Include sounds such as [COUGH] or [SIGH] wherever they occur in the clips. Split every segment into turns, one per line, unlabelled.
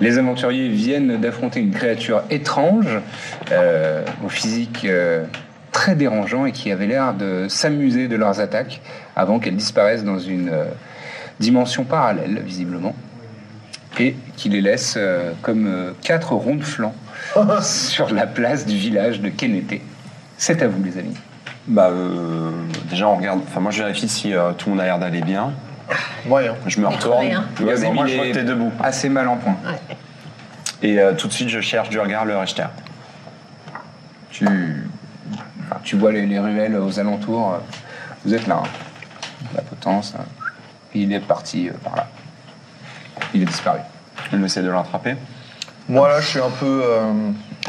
Les aventuriers viennent d'affronter une créature étrange, euh, au physique euh, très dérangeant et qui avait l'air de s'amuser de leurs attaques avant qu'elles disparaissent dans une euh, dimension parallèle, visiblement, et qui les laisse euh, comme euh, quatre ronds de flanc sur la place du village de Kenete. C'est à vous, les amis.
Bah, euh, déjà, on regarde. Enfin, moi, je vérifie si euh, tout le monde a l'air d'aller bien.
Moyen.
Je me
Mais
retourne.
crevé, hein.
Tu vois,
Vas-y,
bon, moi,
il
je vois
est-
que t'es debout.
Assez mal en point.
Et euh, tout de suite, je cherche du regard le Rechter.
Tu, enfin, tu vois les, les ruelles aux alentours. euh, Vous êtes là. hein. La potence. hein. Il est parti euh, par là. Il est disparu.
On essaie de le rattraper.
Moi là, je suis un peu, euh,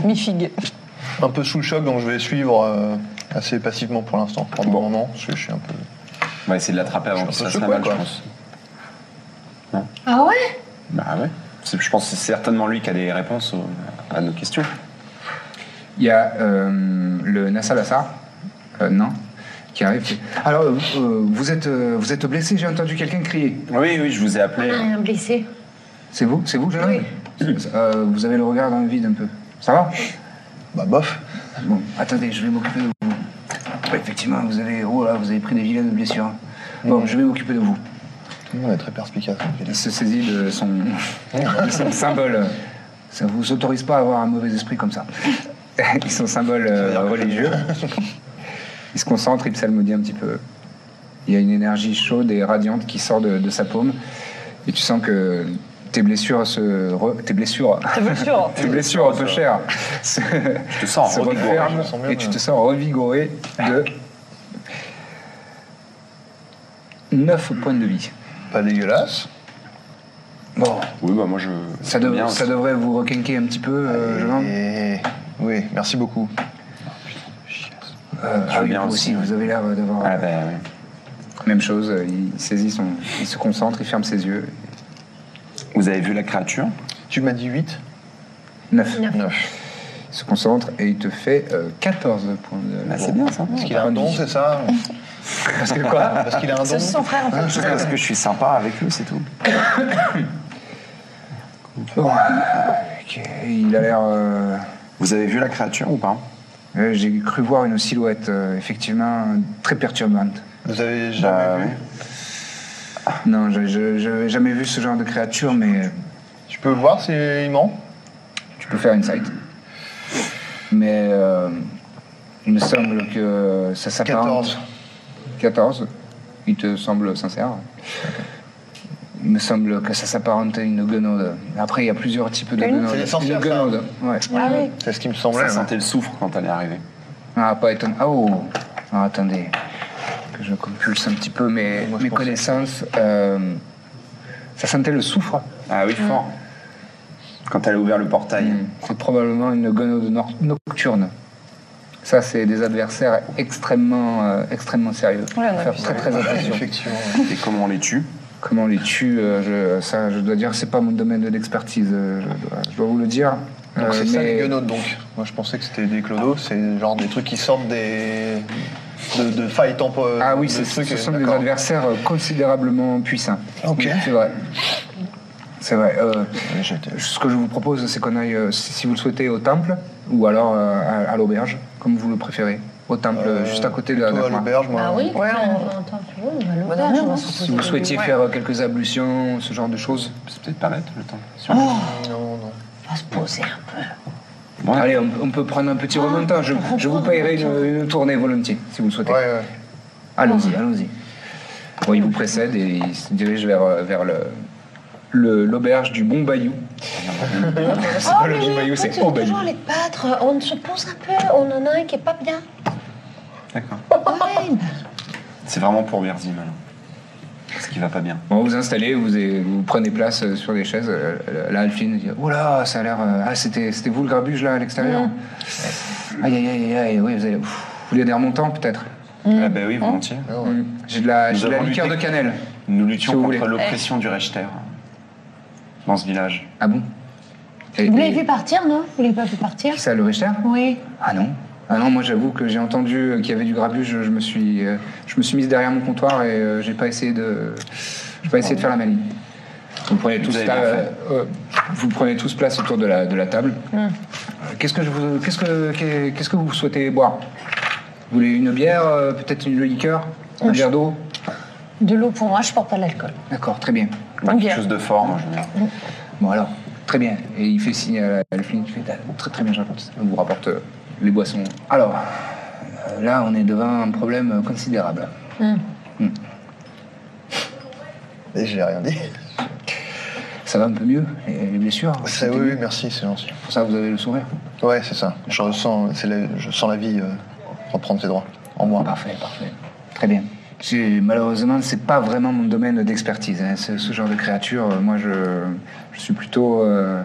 Mi-figue.
un peu sous le choc, donc je vais suivre euh, assez passivement pour l'instant, pendant le moment, parce que je suis un peu.
On va essayer de l'attraper avant
Je
qu'il se
pense
fasse
que
la
quoi,
mal, je
quoi.
pense.
Ah ouais
Bah ouais. C'est- Je pense que c'est certainement lui qui a des réponses aux- à nos questions.
Il y a euh, le Nassa Lassar, euh, nain, qui arrive. qui- Alors, euh, euh, vous êtes, euh, vous êtes blessé, j'ai entendu quelqu'un crier.
Oui, oui, je vous ai appelé.
Un blessé.
C'est vous C'est vous, jeune homme Euh, Vous avez le regard dans le vide un peu. Ça va
Bah bof.
Bon, attendez, je vais m'occuper de vous. Ouais, effectivement, vous avez, oh là, vous avez pris des vilaines blessures. hein. Bon, je vais m'occuper de vous.
Tout le monde est très perspicace. en fait.
Il se saisit de son, [LAUGHS] de son symbole. Ça vous autorise pas à avoir un mauvais esprit comme ça. [LAUGHS] Ils sont symboles euh, religieux. Il se concentre, il psalmodie un petit peu. Il y a une énergie chaude et radiante qui sort de, de sa paume. Et tu sens que tes blessures se. re- tes blessures.
[LAUGHS] T'as vu le sûr
[LAUGHS] Tes blessures un peu chères. se- [LAUGHS]
Je te sens
se
en retour.
referment
je me sens bien,
et tu
là.
te sens revigoré de. 9 points de vie.
Pas dégueulasse.
Bon,
Oui, bah moi, je.
ça, dev-
Bien, Ah,
ça devrait vous requinquer un petit peu, euh, Jolande.
Et- Oui, merci beaucoup.
Euh, ah oui,
bien
vous
aussi,
aussi,
ouais.
vous avez l'air d'avoir...
Ah bah oui.
Même chose, euh, il saisit son... Il se concentre, il ferme ses yeux.
Vous avez vu la créature
Tu m'as dit 8
Neuf.
Neuf.
9.
Il se concentre et il te fait euh, 14 points de...
Bah, C'est bien ça.
Parce qu'il a un don, c'est ça
Parce que quoi
Parce qu'il a un
C'est
don.
son frère, en fait.
Juste parce que je suis sympa avec lui, c'est tout.
Bon, ok, il a l'air... euh,
Vous avez vu la créature ou pas
euh, J'ai cru voir une silhouette, euh, effectivement, très perturbante.
Vous avez jamais
Bah,
vu
Non, je- je je n'avais jamais vu ce genre de créature, mais... euh,
Tu peux voir s'il ment
Tu peux faire une site. Mais euh, il me semble que ça s'apparente.
14.
14. Il te semble sincère. Il me semble que ça s'apparente à une guenaude. Après, il y a plusieurs types de
Une
guenaudes.
C'est les sorcières,
Une
ça. hein.
guenaude, ouais.
Ah oui.
C'est ce qui me
Ça
semblait. hein. ouais.
sentait le soufre quand elle est arrivée.
Ah, pas étonnant. Ah, Oh, Ah, attendez. Que je compulse un petit peu mes,
Moi, je
mes
pensais.
connaissances. Euh, ça sentait le soufre.
Ah oui, fort. Quand elle a ouvert le portail.
Mm.
C'est probablement une gonode nor- nocturne. Ça, c'est des adversaires extrêmement, euh, extrêmement sérieux. Faut
Ouais, ouais.
Faire très très attention.
Effectivement.
Et comment on les tue
Comment on les tue euh, je, Ça, je dois dire, c'est pas mon domaine de l'expertise. euh, Je, dois- je dois vous le dire.
ouais.
Euh,
Donc c'est ça
mais-
les guenaudes donc. Moi je pensais que c'était des clodos, c'est genre des trucs qui sortent des. de, de failles temporaires.
Ah oui,
de
c'est-
trucs,
ce sont des
d'accord.
adversaires euh, considérablement puissants.
Ok.
Oui, C'est vrai. C'est vrai. euh,
Ouais, j'étais-
ce que je vous propose, c'est qu'on aille, euh, si si vous le souhaitez, au temple ou alors euh, à, à l'auberge, comme vous le préférez. Au temple,
Euh,
juste à côté de la.
plutôt à
d'Afra.
l'auberge, moi.
Bah oui,
Ouais,
on...
on-
va en tant que on va le
Bah,
faire,
non,
on va
on-
se
Si vous
reposer.
souhaitiez
Ouais.
faire euh, quelques ablutions, ce genre de choses.
C'est peut-être pas bête le temps. Si on-
Oh,
Non, non.
on va se poser un peu.
Bon, allez.
Allez, on, on peut prendre un petit remontant. Je, je vous paierai une, une tournée volontiers, si vous le souhaitez.
Ouais, ouais.
Allons-y, allons-y. Bon, il vous précède et il se dirige vers, euh, vers le, le- l'auberge du Bon Bayou. c'est
Oh,
pas le
mais
Bon Bayou,
toi,
c'est
tu veux
Au Bayou.
toujours les battre. On se pose un peu. On en a un qui est pas bien.
D'accord.
Ouais.
C'est vraiment pour Berzy maintenant. Parce qu'il va pas bien.
Bon, vous installez, vous, est- vous prenez place euh, sur des chaises. euh, Là, Alphine dit Oh là, ça a l'air. euh, Ah, c'était, c'était vous le grabuge là à l'extérieur Aïe, aïe, aïe, aïe, oui, vous avez. pff, vous voulez des remontants peut-être
Mm.
Ah bah
Hein
oui, volontiers.
J'ai de la,
Nous
j'ai de la
avons
liqueur de
lutté.
cannelle.
Nous
Si vous
luttions
voulez.
contre l'oppression du Rechter dans ce village.
Ah bon Et-
Vous l'avez
et-
vu partir, non Vous l'avez pas vu partir
Ça, le Richter
Oui.
Ah non. Ah non, moi j'avoue que j'ai entendu euh, qu'il y avait du grabuge, je, je me suis, euh, je me suis mise derrière mon comptoir et euh, j'ai pas essayé de, j'ai pas essayé de faire la manie. Vous prenez tous,
avez
ta-
bien fait.
euh, vous prenez tous place autour de la, de la table. Euh, Qu'est-ce que je vous, qu'est-ce que, qu'est- qu'est-ce que vous souhaitez boire Vous voulez une bière, euh, peut-être une liqueur, un verre d'eau
De l'eau pour moi, je porte pas l'alcool.
D'accord, très bien.
Ouais,
Ok.
Quelque chose de fort, moi, je veux dire.
Bon alors, très bien. Et il fait signe à la- à Elfline, il fait ah, très très bien, je rapporte. ça. On vous rapporte euh, les boissons. Alors, euh, là, on est devant un problème euh, considérable.
Et j'ai
[LAUGHS]
rien dit.
Ça va un peu mieux, les les blessures
C'est- oui, oui, merci, c'est gentil.
Pour ça, vous avez le sourire
Ouais, c'est ça. Je ressens, c'est la- je sens la vie euh, reprendre ses droits en moi.
Parfait, parfait. Très bien. J'ai- Malheureusement, c'est pas vraiment mon domaine d'expertise. hein. Ce, ce genre de créature, euh, moi, je, je suis plutôt euh,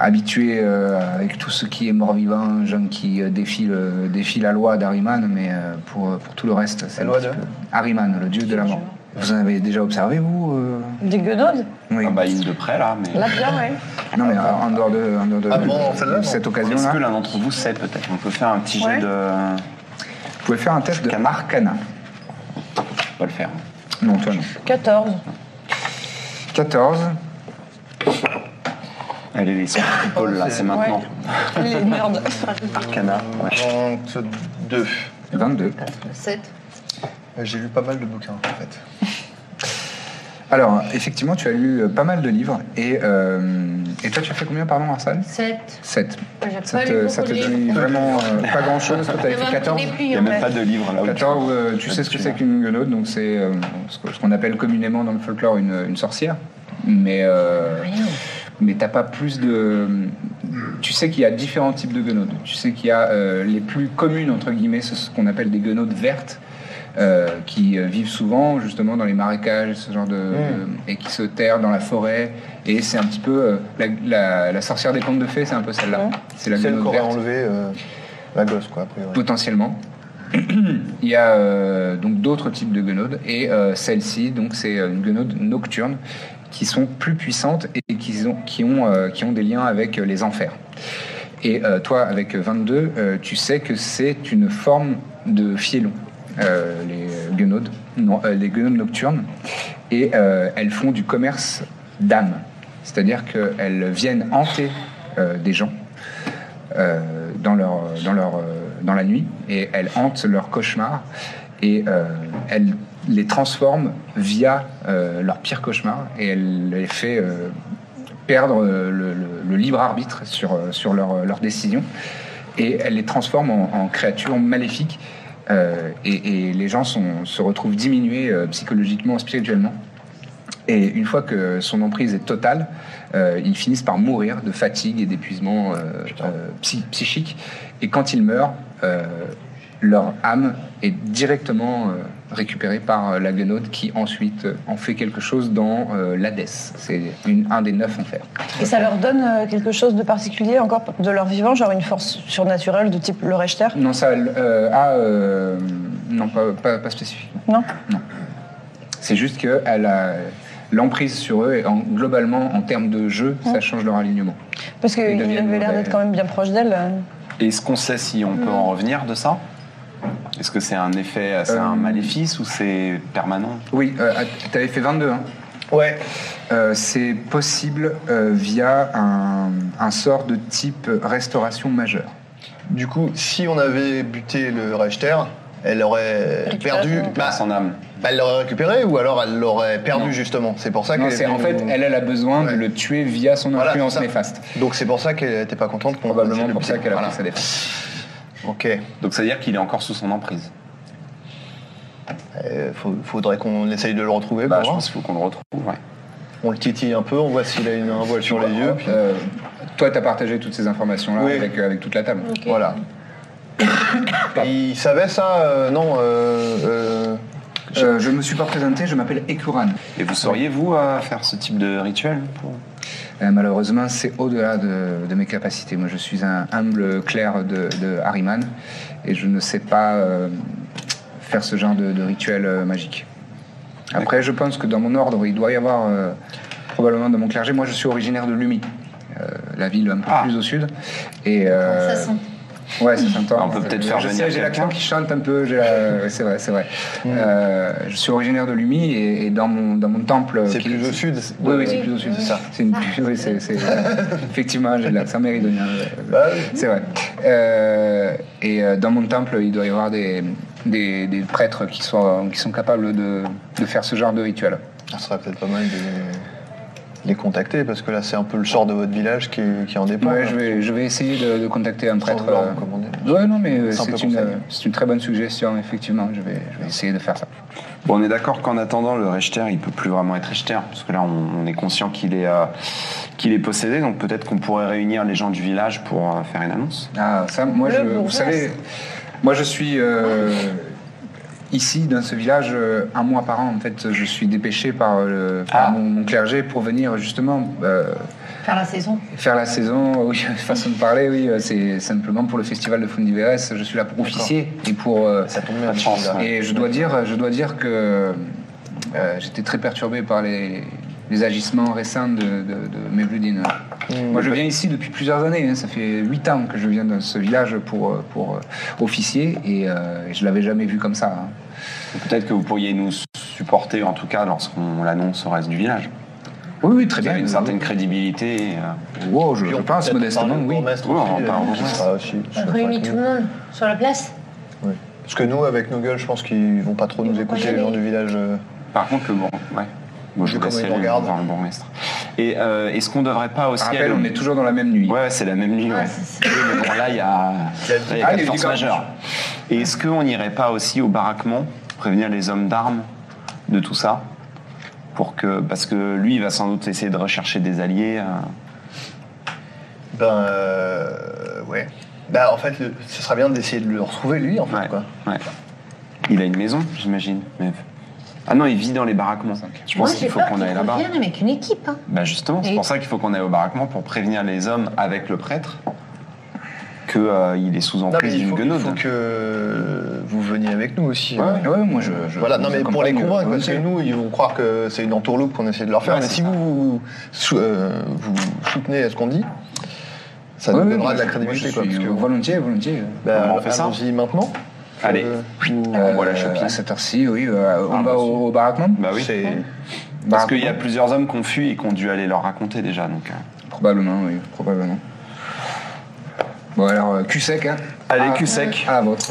habitué euh, avec tout ce qui est mort-vivant, gens qui euh, défient, le- défient la loi d'Ariman, mais euh, pour, pour tout le reste, c'est
La
un
loi
petit
de
peu- Ahriman, le dieu de la mort. Vous en avez déjà observé, vous euh
Des guenaudes
Oui.
Ah bah, il de près, là, mais...
Là, bien, ouais.
Non, mais euh, en dehors de, en dehors de-
Ah bon,
de
celle-là, non.
cette
Est-ce
occasion-là,
que l'un d'entre vous sait, peut-être On peut faire un petit jet
Ouais.
de... On
vous pouvez faire un test de Arcana.
peut pas le faire.
Non, toi, non.
14.
14.
Allez, les épaules, là, Oh, c'est maintenant.
Ouais. Les nerds.
[LAUGHS] Arcana, ouais.
22.
22.
7.
Euh, J'ai lu pas mal de bouquins, en fait.
Alors, effectivement, tu as lu euh, pas mal de livres. Et, euh, et toi, tu as fait combien, pardon, Arsène
7.
7.
J'ai
Ça
pas
te,
lu
ça te
beaucoup de
donne vraiment euh, pas grand-chose. Toi, tu avais fait 14.
Il n'y a même pas de livre, là, où tu-
14, euh, tu
là,
sais ce que
tu
c'est
vas.
qu'une huguenote, donc c'est euh, ce que- ce qu'on appelle communément dans le folklore une, une sorcière. Mais, euh,
hein.
mais t'as pas plus de. Tu sais qu'il y a différents types de guenodes. Tu sais qu'il y a euh, les plus communes, entre guillemets, ce ce qu'on appelle des guenodes vertes. euh, qui euh, vivent souvent justement dans les marécages, ce genre de,
Mmh.
de- et qui se terrent dans la forêt. Et c'est un petit peu euh, la, la- la sorcière des contes de fées, c'est un peu celle-là. C'est la
Celle
guenaude
qu'aurait
verte.
enlevé euh, la gosse, quoi, a priori.
Potentiellement. Il y a euh, donc d'autres types de guenaudes et euh, celle-ci, donc c'est euh, une guenaude nocturne qui sont plus puissantes et qui ont, qui ont, euh, qui ont des liens avec euh, les enfers. Et euh, toi, avec 22, euh, tu sais que c'est une forme de fielon, euh, les guenaudes, non, euh, les guenaudes nocturnes, et euh, elles font du commerce d'âmes, c'est-à-dire qu'elles viennent hanter euh, des gens euh, dans, leur, dans, leur, euh, dans la nuit et elles hantent leurs cauchemars et euh, elles les transforment via euh, leurs pires cauchemars et elles les fait euh, perdre euh, le, le- le libre arbitre sur, euh, sur leurs leur décisions et elles les transforment en, en créatures maléfiques euh, et, et les gens sont- se retrouvent diminués euh, psychologiquement, spirituellement. Et une fois que son emprise est totale, euh, ils finissent par mourir de fatigue et d'épuisement euh, euh, psy- psychique. Et quand ils meurent, euh, leur âme est directement euh, récupérée par euh, la guenaude qui ensuite euh, en fait quelque chose dans euh, l'Hadès. C'est une- un des neuf enfers.
Et ça leur donne euh, quelque chose de particulier encore de leur vivant, genre une force surnaturelle de type le Rechter
Non, ça. euh, ah, euh, non, pas, pas, pas spécifiquement.
Non
C'est juste qu'elle a l'emprise sur eux et en- globalement, en termes de jeu, ça change leur alignement.
Parce qu'il
Ils
avait
deviennent
l'air
mauvais.
d'être quand même bien proche d'elle. euh.
Et Est-ce qu'on sait si on peut en revenir de ça Est-ce que c'est un effet, c'est
Euh,
un maléfice ou c'est permanent
Oui, euh, ah, t'avais fait 22, hein
Ouais.
Euh, c'est possible euh, via un, un sort de type restauration majeure.
Du coup, si on avait buté le Rechter, elle aurait
Récupère-
perdu.
Ouais.
Bah,
Pas son âme.
bah, elle l'aurait récupéré ou alors elle l'aurait perdu
Non.
justement. C'est pour ça
Non,
qu'elle.
c'est- en fait, elle, elle a besoin
Ouais.
de le tuer via son
Voilà,
influence
c'est ça.
néfaste.
Donc c'est pour ça qu'elle était pas contente. qu'on
Probablement
essaie de
pour ça
buter.
qu'elle a
Voilà.
pris sa défense.
Ok.
Donc ça veut dire qu'il est encore sous son emprise.
Euh, faut- faudrait qu'on essaye de le retrouver.
Bah,
pour
je
voir.
pense qu'il faut qu'on le retrouve. ouais.
On le titille un peu, on voit s'il a une, un voile sur les yeux. puis-
Euh, toi, tu as partagé toutes ces informations-là
Oui.
avec, avec toute la table.
Ok.
Voilà. Et il savait ça euh, Non. euh, euh,
Euh, je ne me suis pas présenté, je m'appelle Ekuran.
Et vous sauriez, vous, à faire ce type de rituel pour-
Euh, malheureusement, c'est au-delà de, de mes capacités. Moi, je suis un humble clerc de, de Harriman et je ne sais pas euh, faire ce genre de, de rituel euh, magique. Après, je pense que dans mon ordre, il doit y avoir euh, probablement dans mon clergé. Moi, je suis originaire de Lumi, euh, la ville un peu
Ah.
plus au sud. Et, euh,
Ça sent.
Ouais, ça s'entend.
On peut peut-être
Je
faire
sais,
venir
J'ai
quelqu'un.
l'accent qui chante un peu. j'ai la- ouais, C'est vrai, c'est vrai.
Mm.
Euh, je suis originaire de Lumi et, et dans, mon, dans mon temple.
c'est
qui-
plus au sud.
oui, oui, c'est plus au sud.
C'est ça.
C'est une... oui, c'est- c'est- euh, Effectivement, j'ai l'accent méridionien.
Bah,
C'est vrai. Euh, et euh, dans mon temple, il doit y avoir des, des, des prêtres qui sont, qui sont capables de, de faire ce genre de rituel.
Ça serait peut-être pas mal de les- les contacter parce que là c'est un peu le sort de votre village qui, qui en dépend.
Ouais,
là.
je vais, je vais essayer de, de contacter un prêtre.
vouloir,
euh,
comme on dit.
Ouais, non, mais euh,
Simple
c'est une,
conseil.
euh, c'est une très bonne suggestion, effectivement. Je vais, je vais essayer de faire ça.
Bon, on est d'accord qu'en attendant, le Rechter, il peut plus vraiment être Rechter, parce que là, on, on est conscient qu'il est, euh, qu'il est possédé, donc peut-être qu'on pourrait réunir les gens du village pour euh, faire une annonce.
Ah, ça, moi,
Le
je,
bourgeois.
vous savez, moi, je suis euh, ici, dans ce village, euh, un mois par an. En fait, je suis dépêché par, euh, par
Ah.
mon, mon clergé pour venir justement euh,
Faire la saison.
faire la saison. [LAUGHS] Oui, façon de parler, oui, euh, c'est simplement pour le festival de Fundiveres. Je suis là pour officier et pour. euh,
Ça tombe bien.
Pas de chance,
là.
ouais.
et je dois dire, je dois dire que euh, j'étais très perturbé par les, les agissements récents de, de, de Mevludin.
Hmm.
Moi, je viens ici depuis plusieurs années. hein. Ça fait huit ans que je viens dans ce village pour, euh, pour euh, officier et euh, et je l'avais jamais vu comme ça. hein.
Peut-être que vous pourriez nous supporter, en tout cas, lorsqu'on l'annonce au reste du village.
Oui, oui, très
Vous
bien.
avez une certaine crédibilité. et, euh,
Wow, je,
Puis
je
on peut
pense
peut-être
modestement,
parler au
oui.
bourgmestre
Oui, on
aussi,
en parle au
euh, qui
bourgmestre.
sera aussi- qui sera
Réunis
avec
tout
nous.
le monde sur la place.
Ouais. Parce que nous, avec nos gueules, je pense qu'ils vont pas trop
Ils
nous
vont pas y
écouter, les
aller.
gens du village. euh.
Par contre, le bon, ouais. Bon, je
Vu
vous
comment
laisse
il
aller
regarde.
voir le bourgmestre. Et euh, est-ce qu'on devrait pas aussi...
Je rappelle,
aller-
on est toujours dans la même nuit.
Ouais, ouais, c'est la même nuit. Ouais.
Ouais, Ah, c'est ça.
Oui, mais bon, là, il y a, il y a
Ah,
quatre
[LAUGHS] il y a du
forces
corps.
majeures. Et est-ce qu'on n'irait pas aussi au baraquement prévenir les hommes d'armes de tout ça pour que, Parce que lui, il va sans doute essayer de rechercher des alliés. euh.
Ben, euh, ouais. Bah, en fait, le- ce serait bien d'essayer de le retrouver, lui, en fait.
Ouais,
Quoi.
ouais. Il a une maison, j'imagine. mais- Ah non, il vit dans les baraquements. Je
Moi,
pense qu'il
j'ai
faut
peur
qu'on aille là-bas.
revienne avec une équipe. hein.
Bah justement, c'est
Et-
pour ça qu'il faut qu'on aille au baraquement pour prévenir les hommes avec le prêtre qu'il est sous
Non, mais
emprise
il
d'une
faut, il
guenaude.
faut que vous veniez avec nous aussi.
Ouais,
euh.
Ouais, ouais, moi, je, je-
Voilà, non
je
mais pour les
accompagne,
convaincre,
euh,
parce que
volontiers.
nous, ils vont croire que c'est une entourloupe qu'on essaie de leur faire.
Ouais,
mais
c'est
si
ça.
vous, sou- euh, vous soutenez à ce qu'on dit, ça
Ouais,
nous
ouais,
donnera
moi,
de la
je-
crédibilité.
moi,
Quoi,
je
parce
suis
que,
Volontiers, volontiers.
bah,
on fait ça
allons-y maintenant.
Allez.
Euh,
On voit la
Euh,
chopine.
à cette heure-ci, oui. euh, on
Ah,
va
bah,
au, au baraquement
Bah oui.
c'est-
Parce
Baraquement.
qu'il y a plusieurs hommes qui ont fui et qui ont dû aller leur raconter déjà. Donc, euh.
Probablement, oui, probablement. Bon, alors, euh, cul sec, hein
Allez,
Ah,
cul sec.
À la vôtre.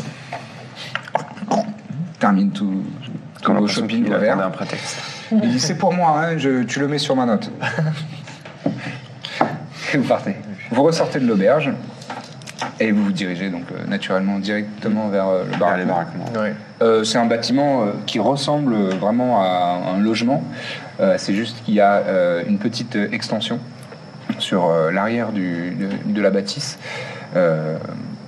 Termine tout, tout
Comme
vos
l'impression
shopping
qu'il
au
attendait un
verre.
prétexte.
Il dit, c'est pour moi, hein, je- tu le mets sur ma note.
[LAUGHS]
et vous partez. Vous ressortez de l'auberge et vous vous dirigez donc euh, naturellement directement vers euh, le
Bah,
Vers les
bar.
baraquements.
ouais.
Euh, c'est un bâtiment euh, qui ressemble euh, vraiment à un logement. Euh, c'est juste qu'il y a euh, une petite euh, extension sur euh, l'arrière du- de, de la bâtisse euh,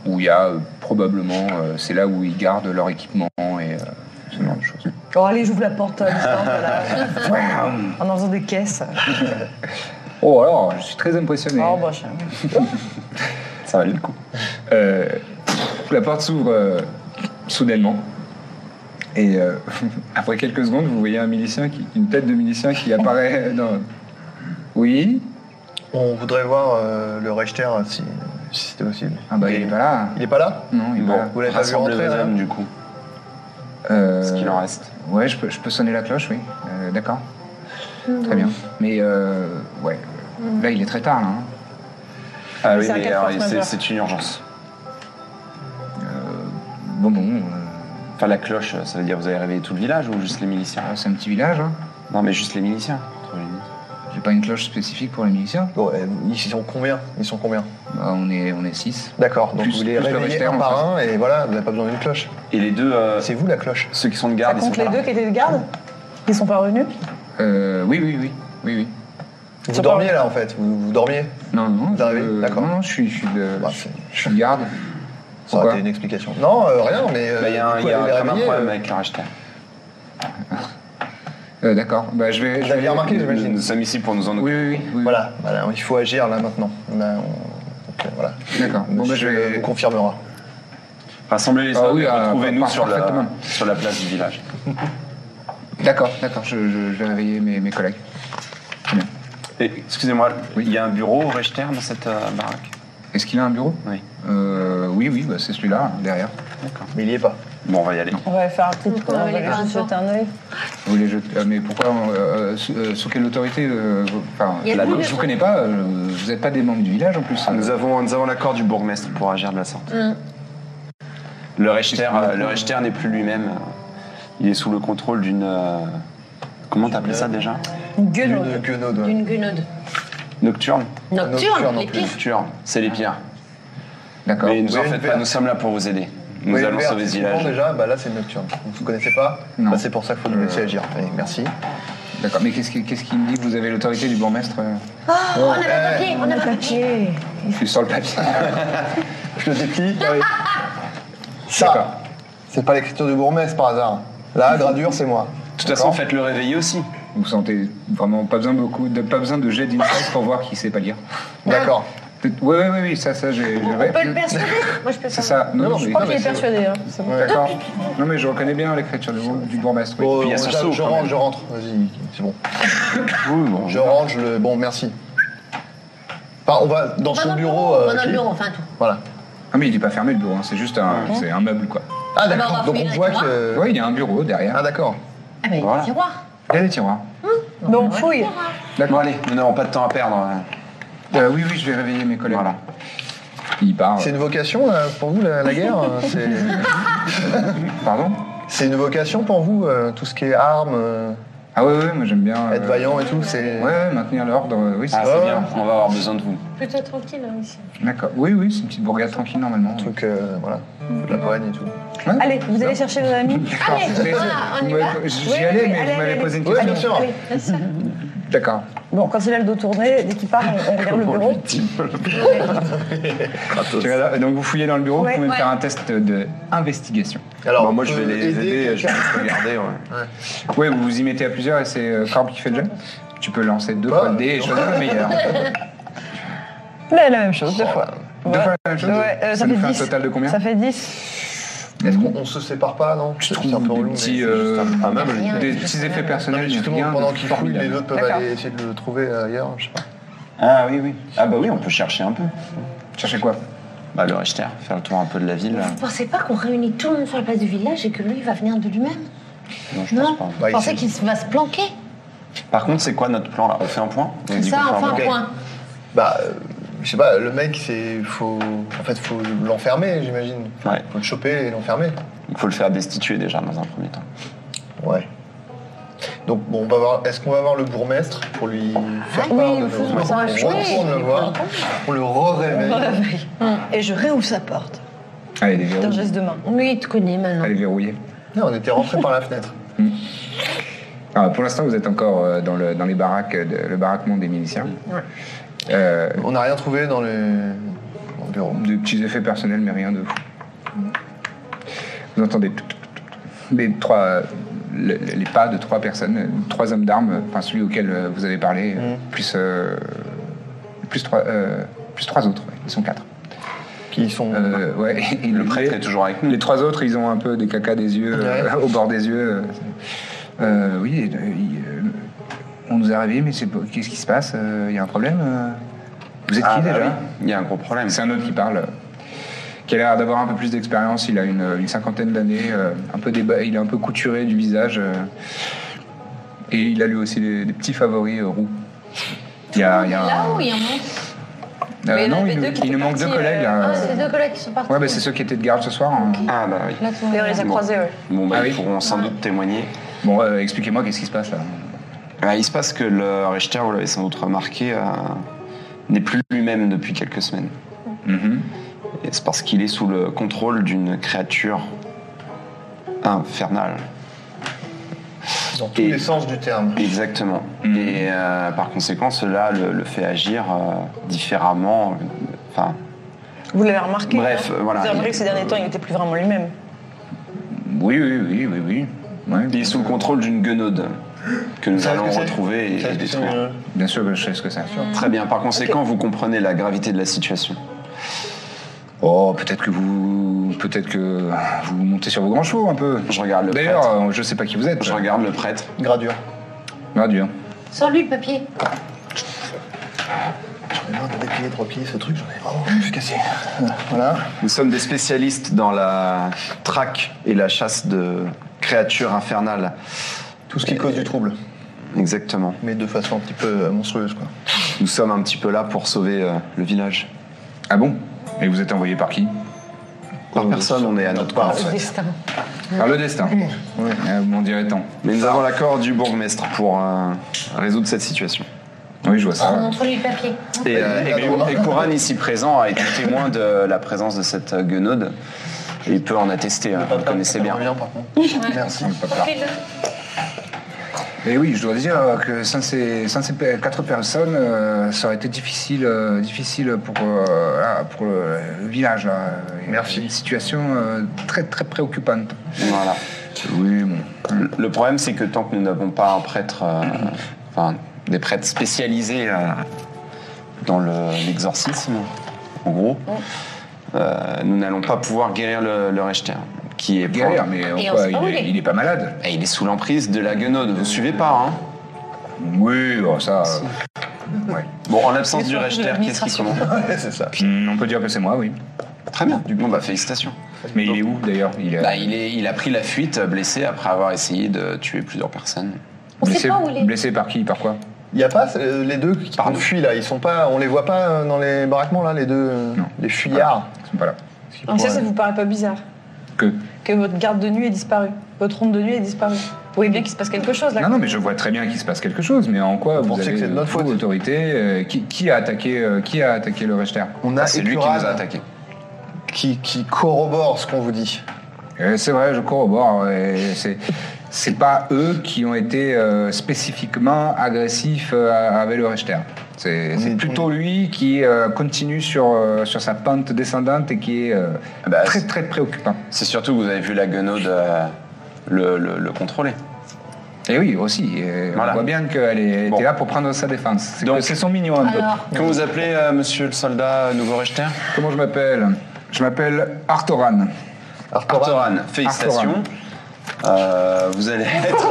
où il y a euh, probablement, euh, c'est là où ils gardent leur équipement et euh, ce genre de choses.
Bon, Oh, allez, j'ouvre la porte à l'histoire, [LAUGHS] voilà.
Waouh
en en faisant des caisses.
Oh alors, je suis très impressionné.
Oh, bah, je-
Ça valait le coup.
Euh, la porte s'ouvre euh, soudainement. Et euh, [LAUGHS] après quelques secondes, vous voyez un milicien, qui- une tête de milicien qui apparaît [LAUGHS] dans... Oui
On voudrait voir euh, le Rechter si, si c'était possible.
Ah bah il est pas là.
Il est pas là
Non, il est
Bon,
pas là.
Bah, Vous l'avez pas vu
rassemblez
rentrer, hein.
les
là
hommes du coup,
Euh,
ce qu'il en reste.
Ouais, je peux, je peux sonner la cloche, oui. Euh, D'accord. Très bien. Mais euh, ouais, là il est très tard. Là, hein.
Ah oui,
C'est un
mais
cas de
alors,
force
c'est-
majeure.
c'est une urgence.
Bon bon,
Enfin, la cloche, euh, ça veut dire vous avez réveillé tout le village ou juste les miliciens
euh, c'est un petit village. Hein.
Non, mais juste les miliciens.
J'ai pas une cloche spécifique pour les miliciens.
Bon, euh, ils sont combien Ils sont combien
Bah, on est on est six.
D'accord, donc
Plus-
vous les
plus le
réveillez
rester
un
en face.
par un et voilà, vous n'avez pas besoin d'une cloche.
Et les deux, euh,
C'est vous la cloche
ceux qui sont de
Ça
garde, ils sont
compte les
pas là.
deux qui étaient de garde Ils sont pas revenus
Euh, oui oui oui oui oui.
Vous
C'est
dormiez là en fait, vous, vous dormiez
Non non.
Vous
je-
arrivez
euh,
D'accord.
Non non, je suis je suis de
Bah,
je,
c'est-
je suis de garde.
Ça aurait
Pourquoi
été une explication. Non, euh, rien, mais. euh,
Bah, Il y a, un,
du
il
coup,
y a
elle les
quand même un
réveillait,
problème
euh,
avec la racheter.
Euh, D'accord. Bah je vais.
Vous
je vais-
aviez remarqué,
Nous,
j'imagine.
nous sommes ici pour nous en occuper.
Oui oui oui. oui.
euh, Voilà, voilà, il faut agir là maintenant. On a- on- donc, euh, voilà.
D'accord. Bon bah je
Monsieur
vais.
vous confirmera.
Rassemblez les
Ah
hommes
oui,
et
ah,
retrouvez-nous
par-
sur, la,
parfaitement.
sur la place du village.
D'accord d'accord. Je, je- je vais réveiller mes, mes collègues. Très bien.
Et, Excusez-moi,
Oui.
il y a un bureau au Rechter dans cette euh, baraque
Est-ce qu'il a un bureau
Oui.
Euh, oui oui bah, c'est celui-là hein, derrière.
Mais il y est pas.
Bon, on va y aller.
On va faire un petit tour,
on
on
va
va
aller
aller
faire un
juste
tour.
jeter un œil.
Vous voulez jeter- euh, mais pourquoi euh, euh, sous, euh, sous quelle autorité euh, vous- Enfin,
Il y a
la-
plus de
je vous
gens.
connais pas. euh, vous n'êtes pas des membres du village en plus.
Ah,
Nous avons, nous avons l'accord du bourgmestre pour agir de la sorte. Le Rechter, euh, le Rechter n'est plus lui-même. Il est sous le contrôle d'une. euh, comment t'appelais ça déjà
Une gueule.
Une guenaude. ouais.
Une guenode.
Nocturne
Nocturne,
Nocturne non
les
plus.
pires.
Nocturne, c'est les pires.
D'accord.
Mais nous en
Oui,
faites
une
pas,
verte.
nous sommes là pour vous aider. Nous
Oui,
allons
vert,
sauver ce
c'est souvent
village.
déjà, bah là c'est nocturne. Vous ne connaissez pas
Non.
Bah, C'est pour ça qu'il faut nous laisser agir. Allez, merci.
D'accord. Mais qu'est-ce qui, qu'est-ce qui me dit que vous avez l'autorité du bourgmestre euh
Oh, on a pas le papier, on a pas le papier.
Papier.
Je suis sur le papier.
Je le déplie. Ah oui.
D'accord.
Ça, c'est pas l'écriture du bourgmestre par hasard. [LAUGHS] Là, Gradure, c'est moi.
De toute façon, faites-le réveiller aussi.
Vous sentez vraiment pas besoin beaucoup, de, pas besoin de jet d'insight pour voir qui sait pas lire.
D'accord.
Oui oui oui, oui, ça ça j'ai. j'ai-
On peut le persuader Moi, je peux
C'est ça. Non, non,
je
mais-
Je crois
Non, mais
qu'il est
c'est-
persuadé. hein. C'est bon.
D'accord. Non mais je reconnais bien l'écriture du, du bourgmestre. oui.
Bon,
puis il y a
euh,
son
je-
seau,
je
quand
range,
même.
je rentre. Vas-y, c'est bon.
Oui, bon.
Je range le. Bon, merci. Enfin, on va dans
Dans
son
notre
bureau. euh,
Dans notre
Philippe.
bureau, enfin tout.
Voilà.
Ah mais il est pas fermé le bureau, hein, c'est juste un, c'est un meuble quoi.
Ah,
bah, on va
d'accord. Donc
fouiller
on
dans
voit
les
que.
Oui, il y a un bureau
Ah,
derrière. hein.
d'accord.
Ah, ben,
Voilà.
les tiroirs.
Il y a des tiroirs.
Donc fouille.
Bon, allez, nous n'avons pas de temps à perdre. hein.
Euh, oui oui, je vais réveiller mes collègues.
Voilà.
Il part. euh,
C'est une vocation là, pour vous, la, la guerre [LAUGHS] euh, c'est-
Pardon
C'est une vocation pour vous, euh, tout ce qui est armes, euh,
Ah ouais, ouais, moi j'aime bien. euh,
être vaillant et tout c'est...
Ouais, ouais, maintenir l'ordre, euh, oui, c'est
Ah,
ça.
c'est bien, on va avoir besoin de vous.
Plutôt tranquille, hein, ici.
D'accord. Oui, oui, c'est une petite bourgade tranquille normalement.
Un truc, euh, voilà, de la poigne et tout.
Ouais.
Allez, vous allez chercher vos amis.
D'accord.
Allez,
Mais-
voilà, on y
ouais,
va.
J'y
Oui,
allais,
oui,
mais
allez,
vous m'avez
allez,
posé une
Oui,
question.
bien sûr.
Allez.
D'accord.
Bon, quand il a le dos tourné, dès qu'il part, on on regarde le bureau.
Tu vas là- Donc vous fouillez dans le bureau,
Ouais,
vous pouvez me
ouais.
faire un test d'investigation.
Alors,
Bon, moi, je vais
euh,
les aider, je vais
quelqu'un.
juste regarder. ouais.
Ouais, vous vous y mettez à plusieurs et c'est euh, Corbe qui fait le jeu. Tu peux lancer deux
Pas.
fois le dé et choisir le meilleur.
Là, la même chose, deux fois.
Deux
Ouais.
fois la même chose
Ouais, euh,
Ça
ça
nous
fait
fait un
10.
total de combien
Ça fait 10.
Est-ce qu'on-
On se sépare pas, non
Je
C'est
trouve
un peu
des
relou, mais c'est
petits,
juste
euh,
un-
Ah, même,
rien.
des petits effets
Non,
personnels,
mais
il n'y a
justement,
rien
pendant
de
qu'il fouille, les
formidable.
autres peuvent
D'accord.
aller essayer de le trouver euh, ailleurs, je sais pas.
Ah oui, oui. Ah bah oui, on peut chercher un peu.
Cherchez quoi
Bah le Rechter, faire le tour un peu de la ville.
Vous pensez pas qu'on réunit tout le monde sur la place du village et que lui, il va venir de lui-même
Non, je
Non
pense pas.
Vous pensez qu'il va se planquer
Par contre, c'est quoi notre plan là On fait un point On dit
Ça,
qu'on fait un
enfin,
point.
un point.
Bah, euh, je sais pas, le mec, c'est... Faut... En fait, faut l'enfermer, j'imagine.
Ouais.
Faut le choper et l'enfermer.
Il faut le faire destituer déjà dans un premier temps.
Ouais. Donc, bon, on va voir... Est-ce qu'on va voir le bourgmestre pour lui faire
Oui,
part
il
de
faut
nos...
qu'on sache.
On retourne le
Oui.
voir, on le re-réveille.
Et je réouvre sa porte
Allez, des
d'un
verrous.
geste de main.
Lui, il te connaît maintenant.
Allez, verrouiller.
Non, on était rentré par la fenêtre.
Ah, pour l'instant, vous êtes encore euh, dans, le, dans les baraques, euh, de- le baraquement des miliciens. Euh,
On n'a rien trouvé dans le, dans le bureau.
des petits effets personnels, mais rien de fou. Vous entendez tout, tout, tout, tout, les, trois, euh, le- le- les pas de trois personnes, euh, trois hommes d'armes, euh, enfin celui auquel euh, vous avez parlé, euh, plus, euh, plus, trois, euh, plus trois autres, ouais, ils sont quatre.
Qui sont.
Euh, ouais, [LAUGHS] et
Le
les-
prêtre est toujours avec nous.
Les trois autres, ils ont un peu des cacas des yeux, euh,
Ouais.
au bord des yeux. euh. Euh, oui, euh, il- euh, on nous a réveillés, mais c'est pas- qu'est-ce qui se passe Il y a un problème euh Vous êtes
Ah,
qui
bah
déjà
oui, Il y a un gros problème.
C'est un autre qui parle, euh, qui a l'air d'avoir un peu plus d'expérience. Il a une, une cinquantaine d'années, euh, un peu déba- il est un peu couturé du visage. euh, Et il a lui aussi des, des petits favoris euh, roux. Il y a, il y a
Là
un-
où il y en a
Euh,
Mais il y en
non,
avait
il,
deux qui
il
étaient
nous manque deux
partis,
collègues.
euh,
là.
Ah, c'est deux collègues qui sont partis.
Ouais, bah, c'est ceux qui étaient de garde ce soir. hein.
Ah bah oui.
Là, tout le monde
Et on les a
est-
croisés, ouais.
Bon bah
Ah
ils
oui.
pourront sans doute témoigner.
Bon, euh, expliquez-moi qu'est-ce qui se passe là.
Ah, il se passe que le Richter, vous l'avez sans doute remarqué, euh, n'est plus lui-même depuis quelques semaines.
Mhm.
Et c'est parce qu'il est sous le contrôle d'une créature infernale.
Dans tous
Et-
les sens du terme.
Exactement.
Mhm.
Et euh, par conséquent, cela le, le fait agir euh, différemment. Enfin,
Vous l'avez remarqué
Bref,
hein
euh, voilà.
Vous avez remarqué que ces derniers temps, il n'était plus vraiment lui-même.
Oui, oui, oui, oui, oui. Ouais.
il est sous le contrôle d'une guenaude que nous
Ça,
allons
c'est-
retrouver
ça,
et
c'est-
détruire.
euh,
Bien sûr que je sais ce que c'est.
Très bien. Par conséquent, vous comprenez la gravité de la situation.
Oh, peut-être que vous, peut-être que vous montez sur vos grands chevaux un peu.
Je regarde le
D'ailleurs,
prêtre.
euh, je sais pas qui vous êtes.
Je regarde le prêtre.
Gradure.
Ah, Dieu.
Sors-lui le papier.
J'en ai marre de déplier, de replier ce truc, j'en ai vraiment plus cassé. Voilà.
Nous sommes des spécialistes dans la traque et la chasse de créatures infernales.
Tout ce qui cause
euh,
du trouble,
Exactement.
mais de façon un petit peu euh, monstrueuse, quoi.
Nous sommes un petit peu là pour sauver euh, le village.
Ah bon Et vous êtes envoyé par qui
Par personne, on est à notre
part,
part.
en fait.
Destin.
Par le destin.
Oui.
Ah, vous m'en direz tant.
Mais nous avons l'accord du bourgmestre pour euh, résoudre cette situation.
Oui, je vois ça.
Montre-lui le papier.
Et, euh, et Cou- et Couran, ici présent, a été témoin de la présence de cette euh, guenaude. Et il peut en attester, hein, vous le connaissez bien.
Bien, par contre. Merci.
Et oui, je dois dire euh, que sans ces, sans ces pe- quatre personnes, euh, ça aurait été difficile, euh, difficile pour, euh, là, pour le, le village. hein. là.
Merci.
Une situation euh, très très préoccupante.
Voilà.
Oui, bon.
Le- Le problème, c'est que tant que nous n'avons pas un prêtre, euh, enfin, des prêtres spécialisés euh, dans le- l'exorcisme, en gros, euh, nous n'allons pas pouvoir guérir le, le Rechter, qui est pour-
Galère, mais
Et
enfin,
on sait pas où
il,
il
est,
est.
il est pas malade.
Et il est sous l'emprise de la guenaude, vous suivez pas, hein
Oui, bon, ça. euh, ouais.
Bon, en l'absence du
surtout de
Rechter, qu'est-ce qui
l'administration.
commande
Ouais, c'est ça.
Hmm, on peut dire que c'est moi, oui.
Très bien, bon bah félicitations.
Mais il est où d'ailleurs Il est.
Bah, il, est, il a pris la fuite, euh, blessé, après avoir essayé de tuer plusieurs personnes.
On sait
blessé,
pas où il est.
blessé par qui Par quoi
Il y a pas euh, les deux qui
Pardon.
ont fui là, ils sont pas, on les voit pas euh, dans les baraquements là, les deux, euh,
Non.
les
Ah.
fuyards.
Ils sont pas là.
Donc ça, ça vous paraît pas bizarre
Que
que votre garde de nuit est disparue, votre ronde de nuit est disparue. Vous voyez bien qu'il se passe quelque chose là.
Non, non, mais je vois très bien qu'il se passe quelque chose, mais en quoi vous
Vous pensez
avez
que c'est de notre
vous,
faute
autorité euh, qui, qui a attaqué, euh, qui a attaqué le Rechter
On
Ah,
a
C'est lui qui nous
Écurade
a attaqué.
qui, qui corrobore ce qu'on vous dit.
Euh, C'est vrai, je corrobore. euh, et C'est c'est pas eux qui ont été euh, spécifiquement agressifs euh, avec le Rechter. C'est
On
c'est
est-
plutôt lui qui euh, continue sur, euh, sur sa pente descendante et qui est euh,
Ah
Bah,
très
c'est-
très préoccupant.
C'est surtout que vous avez vu la guenaude euh, le- le- le contrôler.
Et oui, aussi. et
Voilà.
On voit bien qu'elle est- elle
Bon.
était là pour prendre sa défense. C'est
Donc-
que c'est son mignon un peu.
Alors,
Comment vous appelez euh, monsieur le soldat euh, nouveau Rechter
Comment je m'appelle Je m'appelle Artoran.
Artoran, félicitations. Euh, vous allez être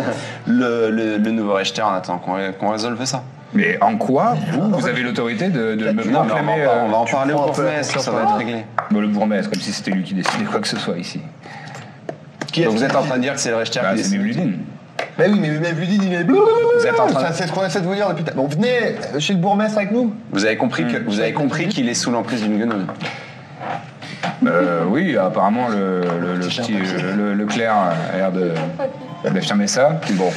[LAUGHS] le, le- le nouveau Rechter en attendant qu'on ré- qu'on résolve ça.
Mais en quoi vous, vous avez l'autorité de, de me
Non, mais on va,
proclamer
en- on va en
euh,
parler au
prends un peu la
bourgmestre,
confiance
ça
en
va être
toi.
réglé.
bon, le bourgmestre, comme si c'était lui qui décidait quoi que ce soit ici
Qui
Donc
est-
vous êtes en train de dire que c'est le Rechter
Bah,
qui
C'est
décide.
Mevludin.
Mais Bah oui, mais même lui dit, il est.
Vous êtes en train de-
Enfin, C'est ce qu'on essaie de vous dire depuis. Bon, venez chez le bourgmestre avec nous.
Vous avez compris que vous avez
Mmh.
compris qu'il est sous l'emprise d'une guenaude.
Euh, oui, apparemment, le, le, le petit, le, le clerc a l'air de- d'affirmer ça. Bon,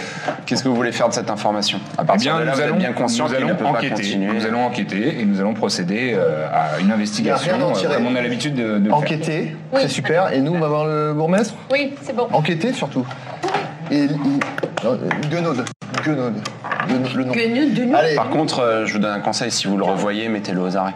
Qu'est-ce que vous voulez faire de cette information À
Eh
partir
bien,
de là,
nous
vous êtes
allons,
bien conscient
nous
qu'il ne
allons
peut pas
enquêter.
continuer.
Nous allons enquêter et nous allons procéder euh, à une investigation,
rien à en
euh,
tirer.
comme on a l'habitude de, de le faire.
Enquêter, c'est super. Et nous, on va voir le bourgmestre.
Oui, c'est bon.
Enquêter surtout. Et il- il- non, euh, Guenaude. Guenaude. Guenaude, le nom.
Que nous, de nous.
Allez,
Par contre, euh, je vous donne un conseil, si vous le revoyez, mettez-le aux arrêts.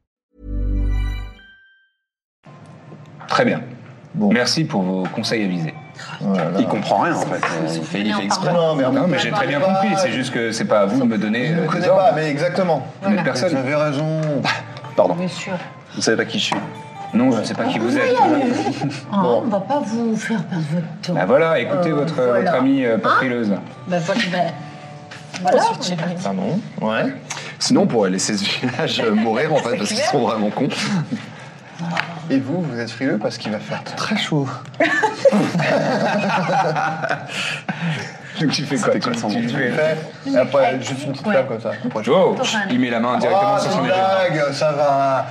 Très bien.
Bon.
Merci pour vos conseils avisés. Ah, bah
Voilà.
Il comprend rien en fait. Euh,
c'est-
Il fait, il
Non,
fait exprès.
pardon.
Non, mais, en
Non,
même
mais
temps,
j'ai
il
très bien
connaît
compris.
Oh, pas,
C'est juste que c'est pas à vous de me donner
Il
euh,
ne
des
connaît
ordres.
pas, mais exactement.
Vous n'êtes
Vous
personne.
avez raison.
Pardon.
Bien sûr.
Vous savez pas qui je suis.
Non, je ne sais pas qui vous êtes.
Ah,
Bon.
On va pas vous faire perdre votre temps.
Bah voilà, écoutez
Euh,
votre,
voilà.
votre amie euh, pas frileuse.
Bah, voilà, bah, voilà.
Pardon Ouais.
Sinon, on pourrait laisser ce village euh, mourir en fait, parce qu'ils sont vraiment cons.
Et vous, vous êtes frileux parce qu'il va faire très chaud.
Donc tu fais quoi,
C'était quoi,
tu-
son
tu-
nom
tu
Je
fais-
fais- Et Après, juste une petite
Ouais.
table comme ça.
Oh, il met la main directement
Ah,
sur
c'est
Oh,
son
une
épaule.
blague, ça va.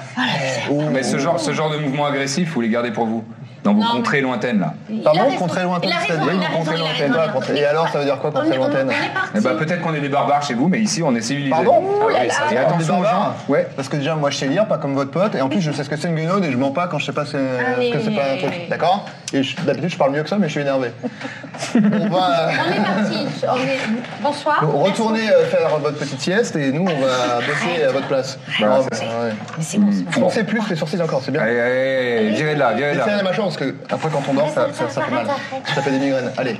Oh.
Mais ce genre, ce genre de mouvement agressif, vous les gardez pour vous, dans vos
Non, mais-
contrées lointaines là.
Il a
Pardon,
raison.
contrée lointaine,
Il a raison,
c'est-à-dire
il a raison,
contrée
il a
lointaine.
raison, il a raison.
Et alors, ça veut dire quoi,
On
contrée
est- on
lointaine
est parti.
ben,
Eh bah peut-être qu'on est des barbares chez vous, mais ici on est civilisés.
Pardon
Ah ouais, et attention aux gens.
Ouais, parce que déjà, moi je sais lire, pas comme votre pote, et en plus je sais ce que c'est une guenaude et je mens pas quand je sais pas ce
Ah
que
oui,
ce que c'est
oui,
pas un
oui,
truc.
oui.
D'accord Et je- d'habitude je parle mieux que ça, mais je suis énervé. on va euh,
On est parti. On est- Bonsoir.
donc, retourner euh, faire votre petite sieste et nous on va bosser à votre place.
Bah,
Ah,
c'est
bah, ouais.
Mais c'est bon, c'est bon.
Foncez plus les sourcils encore, c'est bien.
Allez, allez, allez, virez de là, virez de
Laissez
là.
la machin parce que après quand on dort ça, ça- ça fait mal. Ça fait des migraines. Allez,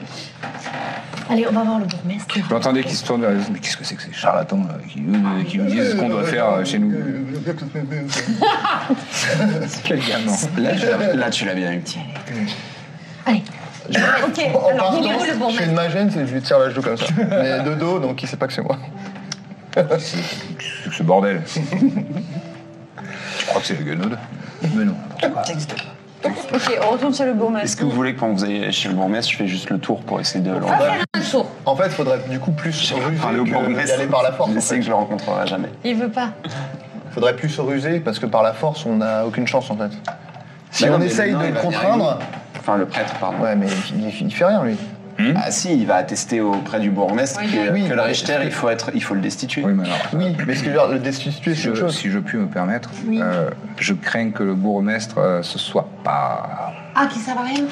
Allez, on va voir le bourgmestre.
Vous entendez qui se tourne vers les autres, mais qu'est-ce que c'est que ces charlatans là, qui, nous- qui nous disent ce qu'on doit faire euh, chez nous Quel gamin
Là, tu l'as- là, tu l'as bien eu.
Allez.
Ok,
En
alors
partant,
il est où, le
je
bourgmestre
fais une magène, c'est je lui tire la joue comme ça. Mais de dos, donc il sait pas que c'est moi.
Qu'est-ce que ce
[LAUGHS]
bordel Tu crois que c'est la guenaude Mais non.
ok, on retourne chez le
Est-ce
bourgmestre.
que vous voulez que quand vous allez chez le bourgmestre, je fais juste le tour pour essayer de le rencontrer
Un saut.
En fait, faudrait du coup plus
Ah,
Parler
ruser
au
que d'y
bourgmestre.
aller par la force.
Je
en
sais
fait.
que je le rencontrerai jamais.
Il veut pas.
Faudrait plus se ruser parce que par la force, on n'a aucune chance en fait. Si
Bah non,
on
mais
essaye
le nain,
de
il
le
va bien
contraindre,
Enfin, le prêtre, pardon.
ouais, mais il, il- il fait rien lui.
Ah si, il va attester auprès du bourgmestre que,
Oui.
que le rejeter, il faut être, il faut le destituer.
Oui, mais alors.
Oui, mais ce que je veux dire, le destituer,
Si
c'est une
je,
chose.
si je puis me permettre, euh, je crains que le bourgmestre euh, ce soit pas,
Ah, qui ça va rien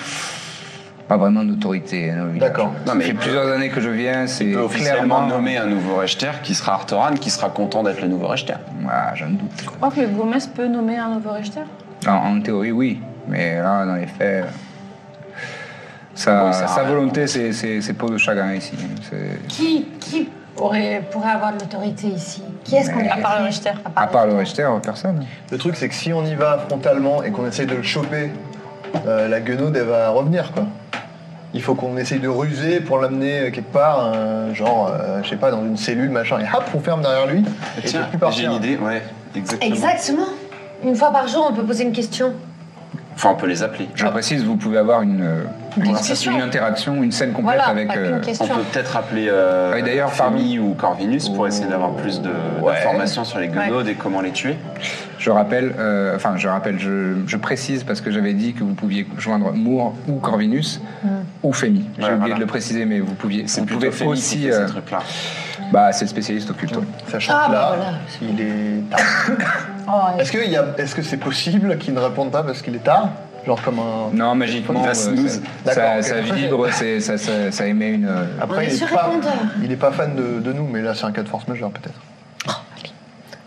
pas vraiment une autorité. hein, au village.
D'accord.
Ça
Non, mais
fait
il peut-
plusieurs années que je viens, c'est
Il peut officiellement
clairement
nommer un nouveau rejeter qui sera Artoran, qui sera content d'être le nouveau rejeter.
Ah, j'en doute.
Je crois que le bourgmestre peut nommer un nouveau rejeteur.
En, en théorie, oui, mais là, dans les faits, sa,
Bon, ça
sa
va.
volonté, c'est- c'est c'est peau de chagrin ici. C'est-
Qui, qui aurait, pourrait avoir de l'autorité ici Qui est-ce qu'on
Mais-
est
À part
le rejeteur.
À part le rejeter, personne.
Le truc, c'est que si on y va frontalement et qu'on essaye de le choper, euh, la guenaude, elle va revenir quoi. Il faut qu'on essaye de ruser pour l'amener euh, quelque part, euh, genre, euh, je sais pas, dans une cellule, machin, et hop, on ferme derrière lui. Et il peut
Tiens,
plus partir.
j'ai une idée, ouais, exactement.
Exactement. Une fois par jour, on peut poser une question.
Enfin, on peut les appeler.
Je précise, vous pouvez avoir Ah. une, euh,
discussion.
une interaction, une scène complète
Voilà,
avec.
pas
euh,
qu'une
On
question.
peut peut-être appeler euh,
Ouais, d'ailleurs,
Femi ou Corvinus pour essayer d'avoir plus de-
Ouais.
d'informations sur les guenaudes et comment les tuer.
Je rappelle, euh, enfin je rappelle, je, je précise parce que j'avais dit que vous pouviez joindre Moore ou Corvinus ou Femi. J'ai
Ouais,
oublié
voilà.
de le préciser, mais vous pouviez,
C'est
vous pouvez
plutôt Femi qui
aussi.
fait
euh,
ces trucs-là.
bah c'est le spécialiste occulte.
Sachant
Ah,
que là,
bah voilà.
il est tard. Est-ce que c'est -ce que c'est possible qu'il ne réponde pas parce qu'il est tard Genre comme un.
Non, magiquement,
Il va
euh,
snooze.
ça, ça,
D'accord,
ça
ok.
[LAUGHS]
vibre, c'est- ça, ça, ça émet une. euh,
On est
il est,
sur
pas,
répondeur.
il est pas fan de, de nous, mais là c'est un cas de force majeure peut-être.
Ah,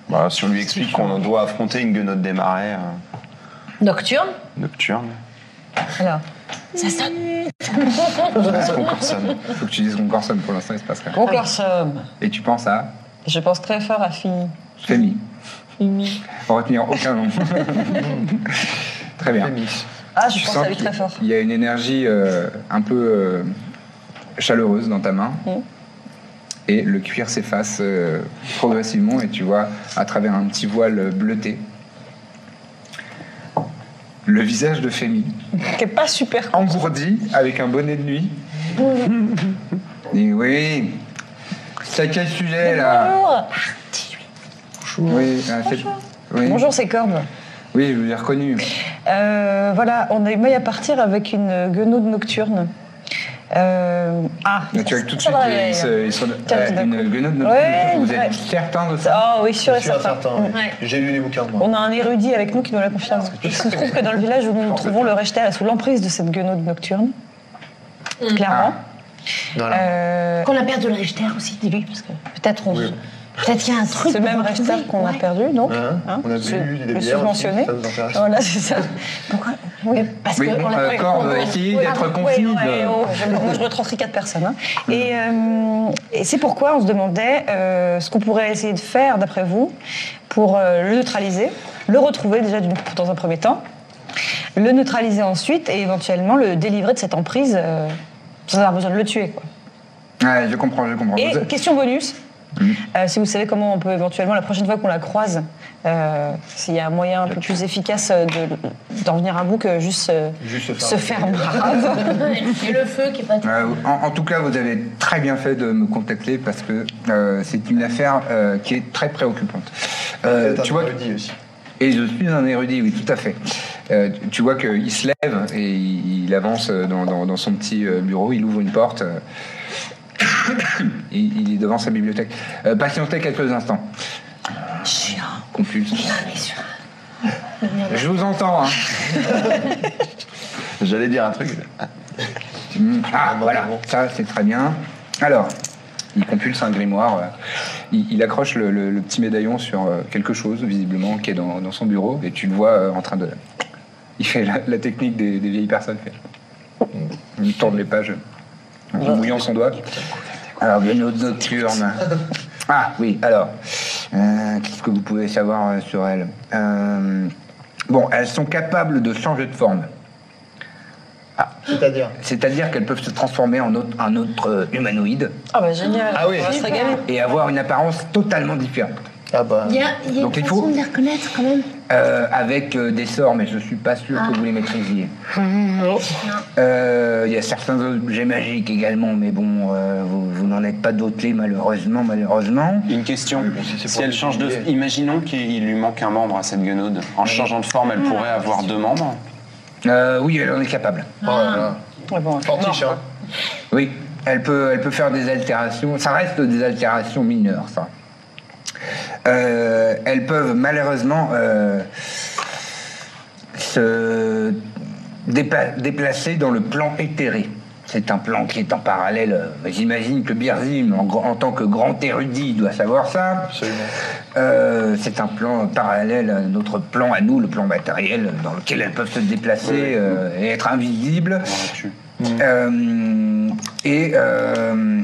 Bah, si on lui explique qu'on doit affronter une guenaude des marais euh,
Nocturne
nocturne,
Alors,
est-ce qu'on corsonne
faut que tu dises qu'on corsonne pour l'instant, il se passe rien.
gros garçon,
Et tu penses à
je pense très fort à Fini.
Femi.
Fini.
En retenir aucun nom. Très bien.
Fémis.
Ah, je
Tu
pense
sens
à lui
qu'il-
très fort.
Il y a une énergie euh, un peu euh, chaleureuse dans ta main.
Mm.
Et le cuir s'efface euh, progressivement et tu vois à travers un petit voile bleuté le visage de Femi,
Qui est pas super
Ah,
con.
engourdi avec un bonnet de
[LAUGHS]
nuit. Et oui, c'est à quel sujet là
Bonjour
Oui, ah, c'est- oui.
Bonjour, c'est Corbe.
Oui, je vous ai reconnu.
Euh, voilà, on a eu maille à partir avec une guenaude nocturne. Euh, ah,
Mais tu vois que tout de suite,
Ouais.
ils se- ils sont-
Tiens,
euh,
tout d'un
une guenaude de-
Ouais,
Vous
ouais.
êtes certain de ça
Oh oui, sûr
Je
et
suis un
certain.
certain. oui. J'ai lu les bouquins moi.
On a un érudit avec nous qui nous l'a confirme. Il se trouve que dans le village où nous nous trouvons, le rejeter est sous l'emprise de cette guenaude nocturne. Clairement.
Voilà.
Euh,
Euh, Qu'on a perdu le Richter aussi, dis-lui, parce que peut-être on.
Oui.
se- Peut-être qu'il y a un truc.
Ce
pour
même
retrouver.
resteur qu'on a
Ouais.
perdu, donc.
Hein
hein,
On a
ce-
bu des
le
bières.
subventionné.
Ça nous intéresse.
Voilà, c'est ça.
Pourquoi Oui, parce
Oui,
que on l'a
euh,
pas-
corde,
on-
essayez
on-
d'être euh,
oui,
concis.
on-
Ouais, oh, je, moi, je retranscris quatre personnes. hein. Et, euh, et c'est pourquoi on se demandait euh, ce qu'on pourrait essayer de faire, d'après vous, pour euh, le neutraliser, le retrouver déjà d'une- dans un premier temps, le neutraliser ensuite et éventuellement le délivrer de cette emprise euh, sans avoir besoin de le tuer. quoi.
Ouais, je comprends, je comprends.
Et
Vous-
question bonus, euh, si vous savez comment on peut éventuellement, la prochaine fois qu'on la croise, euh, s'il y a un moyen un peu plus efficace euh, de- d'en venir à bout que juste, euh,
Juste
se faire brave.
Et le feu qui est pas tout.
Euh, en, en tout cas, vous avez très bien fait de me contacter parce que euh, c'est une affaire euh, qui est très préoccupante. Euh, tu vois,
dit aussi.
et je suis un érudit, oui, tout à fait. Euh, tu- tu vois qu'il se lève et il, il avance dans, dans- dans son petit euh, bureau, il ouvre une porte. euh, [COUGHS] il, il est devant sa bibliothèque. Euh, patientez quelques instants.
Chiant,
Compulse.
bien sûr.
Je vous entends. hein.
J'allais dire un truc.
Mm. Ah, voilà, ça c'est très bien. Alors, il compulse un grimoire. euh, Il, il accroche le, le- le petit médaillon sur euh, quelque chose, visiblement, qui est dans, dans son bureau, et tu le vois euh, en train de. Il fait la, la technique des, des vieilles personnes. fait. Il tourne les pages en mouillant son doigt. Alors, bien autre nocturne. Ah oui, alors, euh, qu'est-ce que vous pouvez savoir euh, sur elles Euh, Bon, elles sont capables de changer de forme.
C'est-à-dire
C'est-à-dire qu'elles peuvent se transformer en autre, un autre euh, humanoïde
Ah bah génial,
Ah oui.
on va se régaler.
et avoir une apparence totalement différente.
Ah bah.
Il y a, il y a
Donc,
une
il
façon
faut-
de les reconnaître quand même.
Euh, avec euh, des sorts, mais je suis pas sûr que vous les maîtrisiez. Euh, Il y a certains objets magiques également, mais bon, euh, vous, vous n'en êtes pas d'autres les malheureusement, malheureusement.
Une question.
bon, si c'est
si
pour
elle
le
change de.
publier.
Imaginons qu'il lui manque un membre à cette guenaude. En changeant de forme, elle pourrait avoir deux membres.
Euh, oui, elle en est capable.
Oh là là.
[LAUGHS] Ouais, bon,
Fortiche, hein.
Oui, elle peut, elle peut faire des altérations. Ça reste des altérations mineures, ça. Euh, elles peuvent malheureusement euh, se dépa- déplacer dans le plan éthéré. C'est un plan qui est en parallèle. euh, J'imagine que Birzim, en, gr- en tant que grand érudit, doit savoir ça.
Absolument.
Euh, c'est un plan parallèle à notre plan, à nous, le plan matériel, dans lequel elles peuvent se déplacer euh, et être invisibles. Euh, et. euh,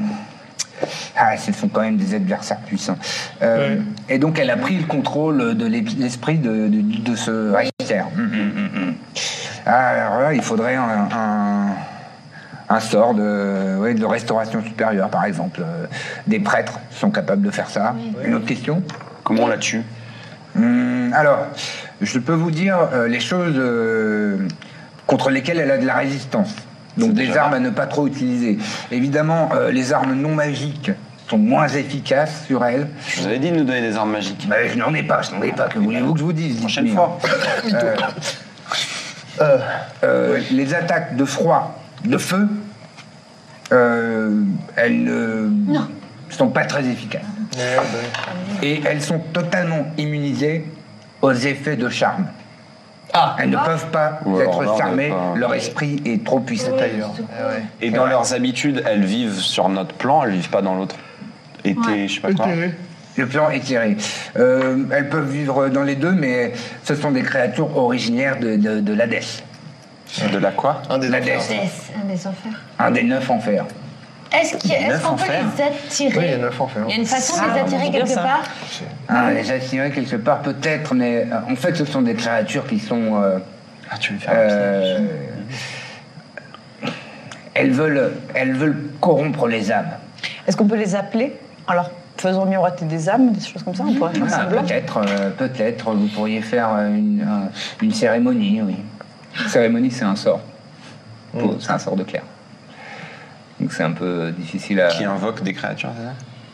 ah, ce sont quand même des adversaires puissants. Euh, Et donc, elle a pris le contrôle de l'es- l'esprit de, de- de ce Reister. Hum, hum, hum, hum. Ah, alors là, il faudrait un, un- un sort de, ouais, de restauration supérieure, par exemple. Euh, Des prêtres sont capables de faire ça. Une autre question
Comment on la tue
Hum, alors, je peux vous dire euh, les choses euh, contre lesquelles elle a de la résistance. Donc des armes à ne pas trop utiliser. Évidemment, euh, les armes non magiques sont moins efficaces sur elle.
Je vous avais dit de nous donner des armes magiques.
Mais je n'en ai pas, je n'en ai pas. Que voulez-vous que je vous dise
Prochaine
dites-moi.
fois.
Euh,
Euh,
euh, Les attaques de froid, de feu, euh, elles ne sont pas très efficaces.
ouais, bah,
Et elles sont totalement immunisées aux effets de charme. Elles ne peuvent pas
Ou alors là, on
être
est
charmées,
pas-
leur esprit est trop puissant.
d'ailleurs. Eh ouais.
Et dans leurs habitudes, elles vivent sur notre plan, elles vivent pas dans l'autre. Été, je sais pas quoi.
Le plan éclairé. Euh, elles peuvent vivre dans les deux, mais ce sont des créatures originaires de, de, de l'Hadès.
De la quoi
Un des
L'Hadès,
enfers.
C'est un des enfers.
un des neuf enfers.
Est-ce qu'il- est-ce qu'on peut les
Oui, il y a
attirer
neuf enfers.
Il y a une façon de les
Ah,
attirer
c'est bien
quelque
ça.
part
Ah, les attirer quelque part, peut-être, mais euh, en fait, ce sont des créatures qui sont. euh,
Ah, tu veux faire la
euh, elles, veulent, elles veulent corrompre les âmes.
Est-ce qu'on peut les appeler Alors, faisons miroiter des âmes, des choses comme ça, on pourrait faire
Ah,
ça blanc.
peut-être, euh, peut-être, vous pourriez faire euh, une, un- une cérémonie, oui. Cérémonie, c'est un sort. Pour- C'est un sort de clair. Donc c'est un peu euh, difficile à.
Qui invoque des créatures, c'est ça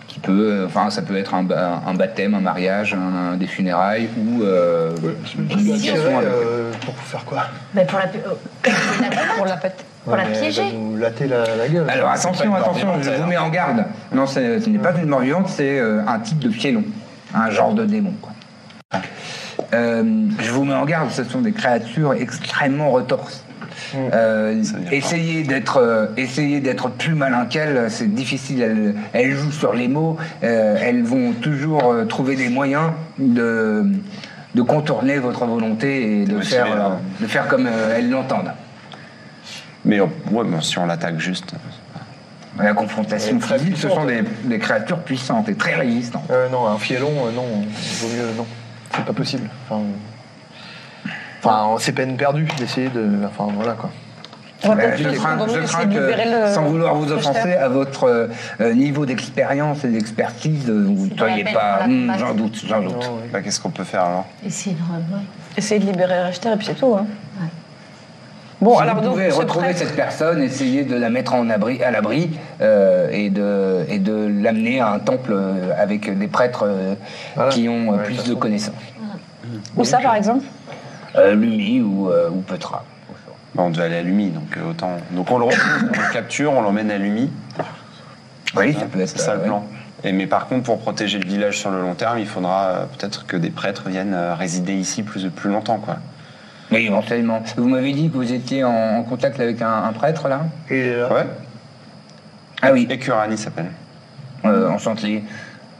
qui peut, euh, enfin, ça peut être un, ba- un baptême, un mariage, un- des funérailles ou. euh, une
C'est
liaison
vrai,
avec-
euh, pour faire quoi
Mais pour la pu- euh,
[COUGHS] Pour la pète.
Pour la
Ouais, mais elle
piéger.
va nous latter la, la gueule.
Alors
Euh, C'est
attention,
pas une barbe
attention,
vivante, Euh.
je vous
elle.
mets en garde. Non, c'est- ce n'est pas une mort vivante, c'est euh, un type de piélon, un genre de démon. quoi. Euh, je vous mets en garde, ce sont des créatures extrêmement retorses.
Mm.
Euh,
Ça vient pas.
essayer d'être euh, essayer d'être plus malin qu'elle, euh, c'est difficile. Elles, elles jouent sur les mots. euh, elles vont toujours euh, trouver des moyens de de contourner votre volonté et de
Motiver,
faire euh,
ouais.
de faire comme euh, elles l'entendent.
Mais on- ouais, mais si on l'attaque juste. euh,
La confrontation
Et très
physique, ce sont
puissante.
des, des créatures puissantes et très résistantes.
Euh, non, un fielon, euh, non, vaut mieux, non. C'est pas possible. Enfin, enfin c'est peine perdue d'essayer de. Enfin, voilà quoi.
On va
Euh,
peut-être
je
juste-
crains,
on va
je
essayer
crains
de libérer
que,
le-
sans vouloir vous
le
offenser,
jeteur.
à votre euh, euh, niveau d'expérience et d'expertise, euh, vous ne
pas la
soyez
peine,
pas.
on la
Hmm,
combat.
j'en doute, j'en doute.
Non, ouais.
Bah, Qu'est-ce qu'on peut faire alors
Essayer de revoir.
Essayer de libérer Rechter et puis c'est tout. Hein. Bon,
si
alors
vous
donc,
pouvez
ce
retrouver
prêtre-
cette personne, essayer de la mettre en abri, à l'abri euh, et de, et de l'amener à un temple euh, avec des prêtres euh,
Voilà.
qui ont euh,
Ouais,
plus
ça se
de
trouve.
connaissances.
Ou Mmh. ça, par exemple
Euh, Lumi ou, euh, ou Petra.
Bah, On devait aller à Lumi, donc euh, autant. Donc on le retrouve, on le capture, on l'emmène à Lumi.
Oui, ça peut être
C'est ça
euh,
le
ouais.
plan. Et, mais par contre, pour protéger le village sur le long terme, il faudra euh, peut-être que des prêtres viennent euh, résider ici plus, plus longtemps. Quoi.
Oui, éventuellement. Vous m'avez dit que vous étiez en, en contact avec un, un prêtre, là
Il est là.
Ouais
Ah oui,
Et Kurani s'appelle.
euh, enchanté.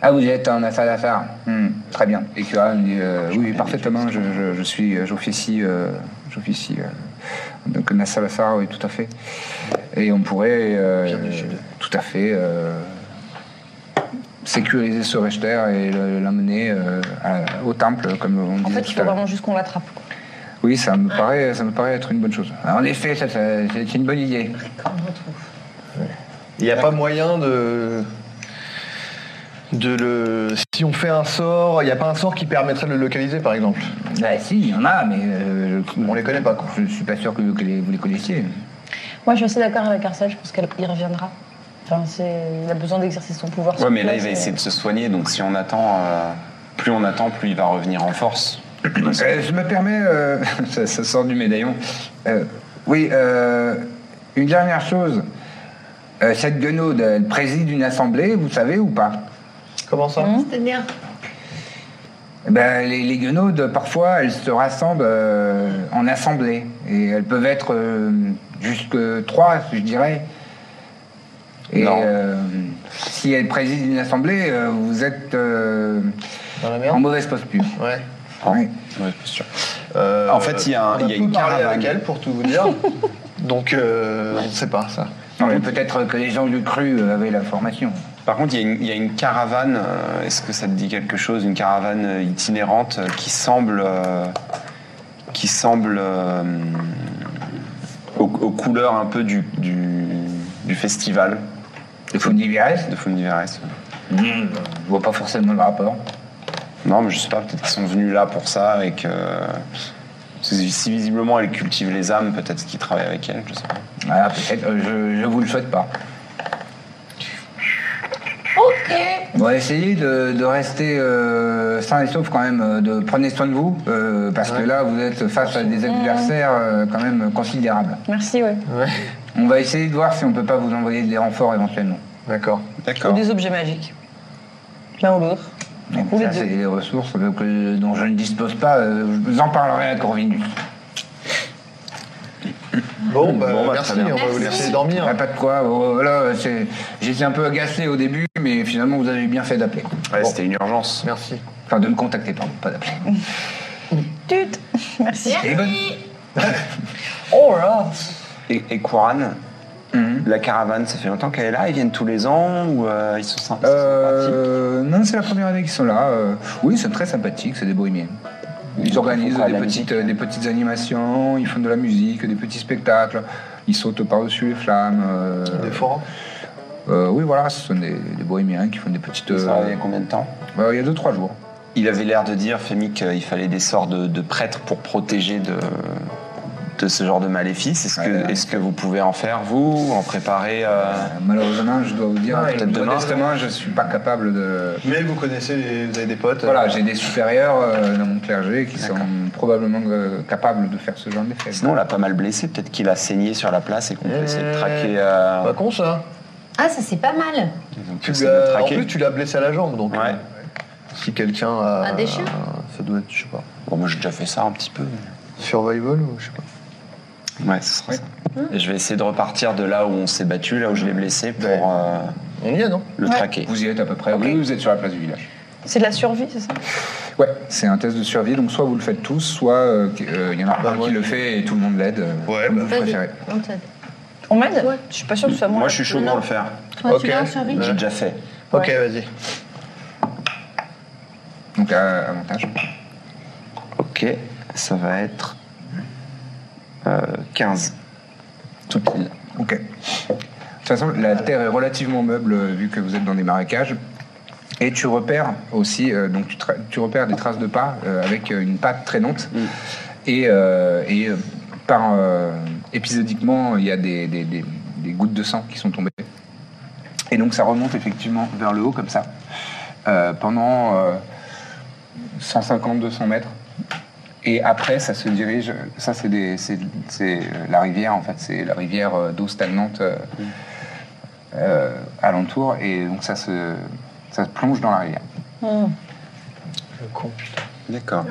Ah, vous êtes un Asalafar. Hmm, très bien. Et Kuran dit euh, Oui, parfaitement, je, je, je suis, euh, j'officie, euh, j'officie. euh, donc, un Asalafar, oui, tout à fait. Et on pourrait euh,
Bien du Sud.
tout à fait euh, sécuriser ce Rechter et le- l'amener euh, à- au temple, comme on
En
disait
fait, il
tout
faut
à l'heure.
vraiment juste qu'on l'attrape. quoi.
Oui, ça me, paraît, ça me paraît être une bonne chose. Alors, en effet, ça, ça- c'est une bonne idée.
Il n'y a pas moyen de. De le. Si on fait un sort, il n'y a pas un sort qui permettrait de le localiser par exemple.
Bah, si, il y en a, mais. euh,
On les connaît pas quoi.
Je ne suis pas sûr que vous que les- vous les connaissiez.
Moi, je suis assez d'accord avec Arsène, je pense qu'il reviendra. Enfin, c'est- il a besoin d'exercer son pouvoir.
Ouais,
sur
mais là, il
place,
va
et-
essayer de se soigner, donc si on attend, euh, plus on attend, plus il va revenir en force.
Euh, je me permets, euh, [LAUGHS] ça, ça sort du médaillon. Euh, oui, euh, une dernière chose. Euh, cette guenaude, elle préside une assemblée, vous savez ou pas
Comment ça
Mmh.
C'est-à-dire
Eh ben, les, les guenaudes, parfois, elles se rassemblent euh, en assemblée. Et elles peuvent être euh, jusque trois, je dirais. Et
Non.
euh, si elles président une assemblée, euh, vous êtes euh,
Dans la
en
merde
mauvaise posture.
Ouais.
Oui.
Ouais, c'est sûr.
Euh,
En fait, il y a un-
on
il y a
peu
une
parlé
caravane.
avec elle pour tout vous dire. Donc euh, on ne sait pas ça.
Non, mais peut-être que les gens du cru euh, avaient la formation.
Par contre, il y, a une- il y a une caravane, euh, est-ce que ça te dit quelque chose Une caravane euh, itinérante euh, qui semble. euh, qui semble. euh, aux, aux couleurs un peu du, du, du festival
Le Fundiviares
de Fundiveres.
Mmh, je vois pas forcément le rapport.
Non, mais je sais pas, peut-être qu'ils sont venus là pour ça et que. Si visiblement elle cultive les âmes, peut-être qu'ils travaillent avec elle, je sais pas.
Ah, peut-être, euh, je, je vous le souhaite pas.
Ok
On va essayer de, de rester euh, sain et sauf quand même, euh, de prenez soin de vous, euh, parce que là vous êtes face à des adversaires euh, quand même considérables.
Merci, ouais.
Ouais.
On va essayer de voir si on peut pas vous envoyer des renforts éventuellement.
D'accord.
Ou
D'accord.
des objets magiques. L'un ou l'autre.
Donc,
Ou les
ça,
deux.
c'est des ressources euh, que- dont je ne dispose pas. euh, je vous en parlerai à Corvinus.
Bon, bah,
Bon, bah,
merci,
très bien.
on va vous laisser
Merci.
dormir. hein.
Ah, pas de quoi. euh, Voilà, c'est- j'étais un peu agacé au début, mais finalement vous avez bien fait d'appeler.
Ouais,
Bon.
C'était une urgence.
Merci.
Enfin, de me contacter, pardon, pas d'appeler.
[LAUGHS] Tut Merci.
Et bonne-
Merci
Oh là
Et, et Kouran,
Mhm.
la caravane, ça fait longtemps qu'elle est là, ils viennent tous les ans ou euh, ils sont symp- ils sont sympathiques
Euh, non, c'est la première année qu'ils sont là. euh. oui, c'est très sympathique, c'est des bohémiens. Ils
Ils
organisent
font quoi,
des
de la
petites,
musique
euh, des petites animations, ils font de la musique, des petits spectacles, ils sautent par-dessus les flammes. euh,
Des forums.
euh, oui, voilà, ce sont des, des bohémiens qui font des petites. euh,
Ça, il y a combien de temps
bah, il y a 2-3 jours.
Il avait l'air de dire, Femi, qu'il fallait des sorts de, de prêtres pour protéger de, de ce genre de maléfice. Est-ce que,
Ouais, ouais.
est-ce que vous pouvez en faire, vous En préparer euh,
Euh, malheureusement, je dois vous dire,
Ouais, peut-être demain.
modestement, je suis pas capable de.
Mais vous connaissez, vous avez des potes.
Voilà,
euh,
j'ai des supérieurs euh, dans mon clergé qui sont probablement euh, capables de faire ce genre d'effet.
Sinon, on l'a pas mal blessé. Peut-être qu'il a saigné sur la place et qu'on peut essayer de traquer. euh,
Pas con ça.
Ah, ça c'est pas mal
on peut
Tu
essayer de
l'as- en
traquer.
plus, tu l'as blessé à la jambe, donc.
Ouais.
euh, Si quelqu'un a.
Un déchet
Ça doit être, je sais pas.
Bon, moi, j'ai déjà fait ça un petit peu.
Survival ou je sais pas.
Ouais, ce sera
Ouais.
ça.
Hum.
Et je vais essayer de repartir de là où on s'est battu, là où je l'ai blessé, pour
Ouais.
euh,
On y est, non
le
Ouais.
traquer.
Vous y êtes à peu près.
Ok.
Oui, vous êtes sur la place du village.
C'est de la survie, c'est ça
Ouais, c'est un test de survie, donc soit vous le faites tous, soit euh, qu- euh, il y en a
Bah,
un
moi,
qui le
je-
fait et tout le monde l'aide. euh,
Ouais,
comme
bah,
vous
Vas-y.
préférez.
On t'aide.
On m'aide
Ouais.
Je suis pas sûre que ce soit moi.
Moi, je suis chaud pour le faire.
Toi,
Ok.
tu l'as en survie
J'ai déjà fait.
Ok, vas-y.
Donc à avantage.
Ok, ça va être euh, 15. Tout pile.
Ok. De toute façon, la terre est relativement meuble euh, vu que vous êtes dans des marécages. Et tu repères aussi, euh, donc tu, tra- tu repères des traces de pas euh, avec euh, une patte traînante. Et, euh, et, euh, par euh, épisodiquement, il y a des, des- des- des gouttes de sang qui sont tombées. Et donc ça remonte effectivement vers le haut comme ça. Euh, pendant euh, 150-200 mètres. Et après, ça se dirige. Ça, c'est des- c'est- c'est, euh, la rivière, en fait. C'est la rivière euh, d'eau stagnante euh, euh, alentour. Et donc, ça se, ça se plonge dans la rivière.
Le con, putain.
D'accord.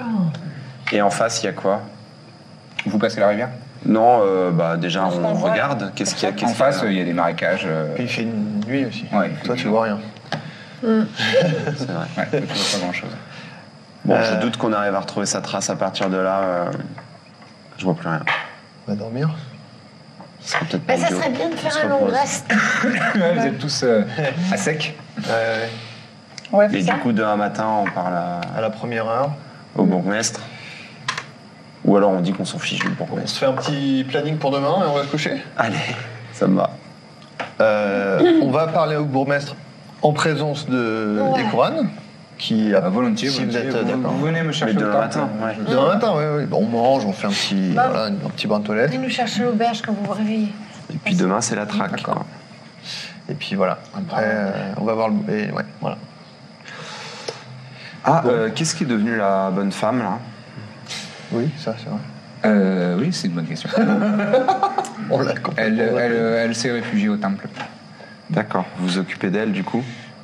Et en face, il y a quoi
Vous passez la rivière
Non, euh, bah déjà,
Est-ce qu'on
on
voit
regarde. Qu'est-ce qu'il y a qu'est-ce
En
qu'il y a
face, il y a des marécages.
[LAUGHS]
euh,
Puis il fait une nuit aussi.
Ouais,
Toi, tu
effectivement.
vois rien.
C'est vrai.
ouais, tu vois pas grand-chose.
Bon,
Euh.
je doute qu'on arrive à retrouver sa trace à partir de là. euh, je vois plus rien.
On va dormir.
Ce serait peut-être
Bah,
pas
ça
idiot.
serait bien de
On
faire
se
un long
repose.
reste.
Ouais, vous êtes tous [LAUGHS] euh, à sec.
Ouais, ouais.
Ouais,
Et
c'est ça.
du coup, demain matin, on parle à-
À la première heure,
au bourgmestre. Ou alors on dit qu'on s'en fiche du
on
bourgmestre.
se fait un petit planning pour demain et on va se coucher.
Allez, ça me va.
[LAUGHS]
Euh, on va parler au bourgmestre en présence de
Ouais.
des Couronnes, qui a
Euh, volontiers,
si vous
volontiers.
êtes euh,
Vous,
d'accord.
vous venez me chercher
Mais
au
demain
parc,
matin,
euh,
ouais.
je-
Demain matin, oui, oui. Bon, on mange, on fait un petit,
Bah.
voilà, un petit bain de toilette,
Venez nous chercher l'auberge quand vous vous réveillez.
Et puis demain, c'est la traque.
D'accord.
et puis voilà. Après, euh, on va voir le. et ouais, voilà.
Ah, euh, qu'est-ce qui est devenu la bonne femme, là
Oui, ça, c'est vrai.
Euh, oui, c'est une bonne question.
On l'a compris.
Elle, elle, elle s'est réfugiée au temple.
D'accord, vous vous occupez d'elle, du coup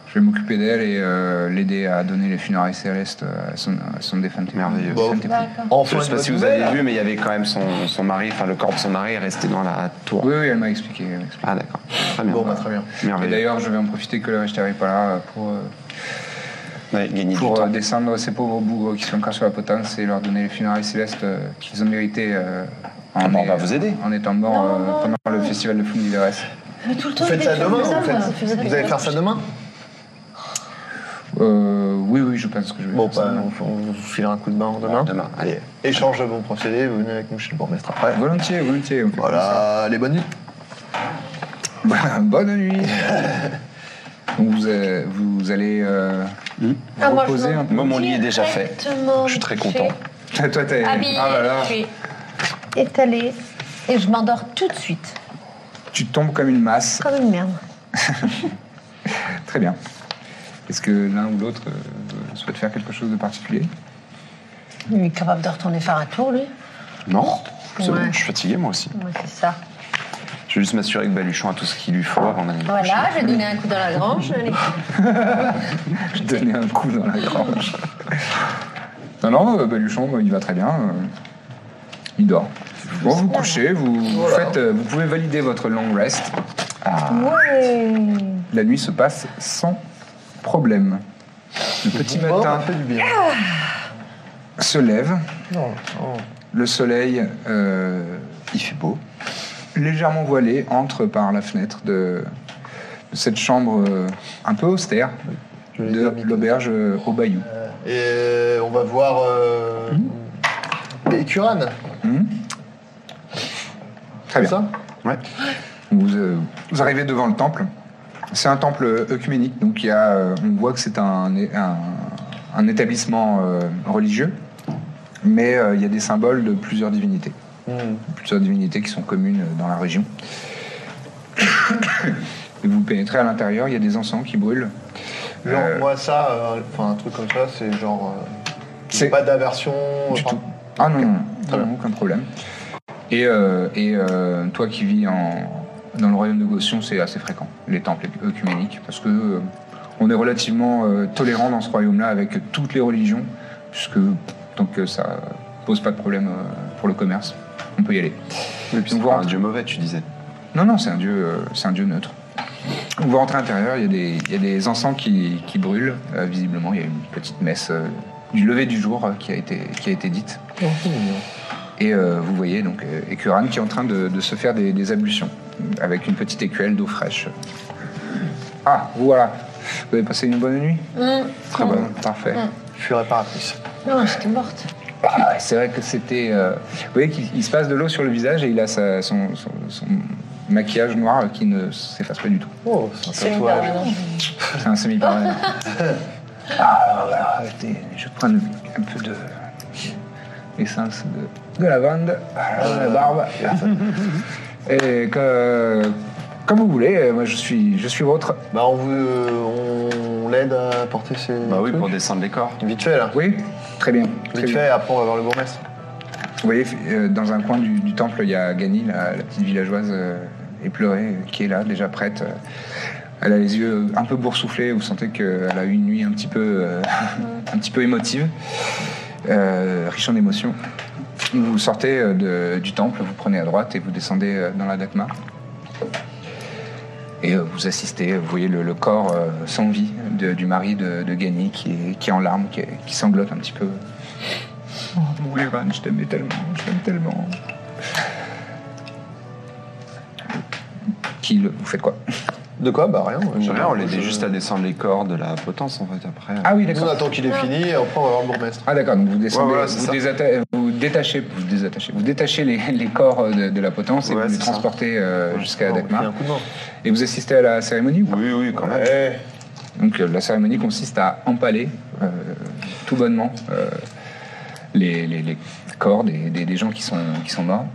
Je vais m'occuper d'elle et euh, l'aider à donner les funérailles célestes à son, à son défunt époux.
Merveilleux.
Défunt époux.
D'accord.
Enfin,
je sais
une
pas si
bonne
vous
nouvelle.
avez vu, mais il y avait quand même son, son mari, enfin le corps de son mari est resté dans la tour.
Oui, oui, elle m'a expliqué. elle m'a expliqué.
Ah d'accord, très bien.
Bon, bah, très bien.
Et
Merveilleux.
d'ailleurs, je vais en profiter que le Richter n'est pas là pour, euh,
Ouais, gagner du
pour euh,
temps.
descendre ces pauvres bougres qui sont encore sur la potence et leur donner les funérailles célestes euh, qu'ils ont méritées euh, en,
Ah bah, on va vous aider.
en étant morts
Non,
euh,
non,
pendant
non.
le festival de Fouine d'Iverès.
Mais tout le temps,
Vous faites
il
ça
détruit
demain,
les
en
hommes, là.
fait. Vous allez faire ça demain
Euh, oui, oui, je pense que je vais
Bon,
faire ça.
bah, on on vous filera un coup de bain demain.
Demain, allez.
Échange de bons procédés, vous venez avec nous chez le bourgmestre après.
Volontiers, volontiers. on fait
Voilà, les bonnes nuits.
comme ça. Bonne [LAUGHS] nuit. Donc vous, euh, vous allez euh, vous
Ah, moi, je
reposer
m'en-
un peu.
Moi, mon lit est déjà fait.
Directement
Je suis très
fait,
content.
Toi, t'es.
Habillée,
Ah là là.
puis
Étalé.
Et je m'endors tout de suite.
Tu tombes comme une masse.
Comme une merde.
Très bien. Est-ce que l'un ou l'autre euh, souhaite faire quelque chose de particulier
Il est capable de retourner faire un tour, lui.
Non, c'est
Ouais.
bon, je suis fatigué moi aussi.
Ouais, c'est ça.
Je vais juste m'assurer que Baluchon a tout ce qu'il lui faut avant d'aller. me coucher.
Voilà, j'ai donné un coup dans la grange. allez.
[LAUGHS] Je donnais un coup dans la grange. non, non, euh, Baluchon, bah, il va très bien. euh, il dort. Bon, vous couchez, vous, vous faites, euh, vous pouvez valider votre long rest. Ah.
Ouais.
La nuit se passe sans problème. Le petit matin
un peu du bien.
se lève,
Non, non.
le soleil euh,
Il fait beau.
légèrement voilé entre par la fenêtre de, de cette chambre euh, un peu austère
Je vais
de
dormir.
l'auberge euh, au Bayou.
Et on va voir. Euh, les Curanes,
Mhm. Très
c'est
bien.
ça
Ouais.
Vous, euh, vous arrivez devant le temple. C'est un temple euh, œcuménique, donc il y a, euh, on voit que c'est un, un- un établissement euh, religieux, mais euh, il y a des symboles de plusieurs divinités.
Mhm.
Plusieurs divinités qui sont communes euh, dans la région. [COUGHS] Et vous pénétrez à l'intérieur, il y a des encens qui brûlent.
Genre,
Euh,
moi, ça, euh, enfin, un truc comme ça, c'est genre. euh, j'ai
C'est-
pas d'aversion.
Du
enfin,
tout. Ah non, non, non, non, aucun problème. Et, euh, et euh, toi qui vis en, dans le royaume de Gaution, c'est assez fréquent, les temples œcuméniques, parce que euh, on est relativement euh, tolérant dans ce royaume-là avec toutes les religions, puisque tant que ça pose pas de problème euh, pour le commerce. On peut y aller.
Et puis c'est
Vous
pas un
rentrez-
dieu mauvais, tu disais.
Non, non, c'est un dieu, euh, c'est un dieu neutre. Vous rentrez à l'intérieur, il y a des, il y a des encens qui, qui brûlent. euh, visiblement, il y a une petite messe euh, du lever du jour euh, qui, a été, qui a été dite. Et euh, vous voyez donc euh, Ekuran qui est en train de, de se faire des, des ablutions avec une petite écuelle d'eau fraîche. Ah, voilà. Vous avez passé une bonne nuit Très bonne, parfait.
Je suis réparatrice.
Non, j'étais morte.
Ah, c'est vrai que c'était. euh, Vous voyez qu'il il se passe de l'eau sur le visage et il a sa- son, son- son maquillage noir qui ne s'efface pas du tout.
Oh, c'est un tatouage.
permanent.
C'est un semi permanent ah, voilà, arrêtez, je prends un, un peu de essence de, de lavande, à la barbe. Et que, comme vous voulez, euh, moi je suis, je suis votre.
Bah on veut, on l'aide à porter ses.
Bah oui,
trucs.
pour descendre les corps.
Vite fait là.
Oui, très bien. Très
Vite
bien.
fait, et après on va voir le bourgmestre.
Vous voyez, euh, dans un coin du, du temple, il y a Gani, la, la petite villageoise euh, éplorée, euh, qui est là, déjà prête. euh. Elle a les yeux un peu boursouflés. Vous sentez qu'elle a eu une nuit un petit peu, euh, [LAUGHS] un petit peu émotive, euh, riche en émotions. Vous sortez euh, de- du temple, vous prenez à droite et vous descendez euh, dans la Dakma. Et euh, vous assistez, vous voyez le, le corps euh, sans vie de- du mari de, de Gani qui est, qui est en larmes, qui, est- qui sanglote un petit peu. Oh, mon Evan, je t'aimais tellement, je t'aime tellement. Qui le- vous faites quoi
De quoi Bah rien.
Je sais rien, on
Moi,
l'aidait
je-
juste à descendre les corps de la potence en fait après.
Ah oui,
Nous on
d'accord.
attend qu'il est fini et après on va voir le bourgmestre.
Ah d'accord, donc vous descendez,
Ouais, voilà, c'est
vous,
ça.
désata- vous détachez, vous détachez, vous détachez les, les corps de, de la potence et
Ouais,
vous les
c'est ça.
transportez euh, jusqu'à
On lui fait
Dakmar.
un coup de main. Eh,
Et vous assistez à la cérémonie ou pas
Oui, oui, quand même.
Ouais.
Donc euh, la cérémonie consiste à empaler euh, tout bonnement euh, les, les- les corps des, des- des gens qui sont, qui sont morts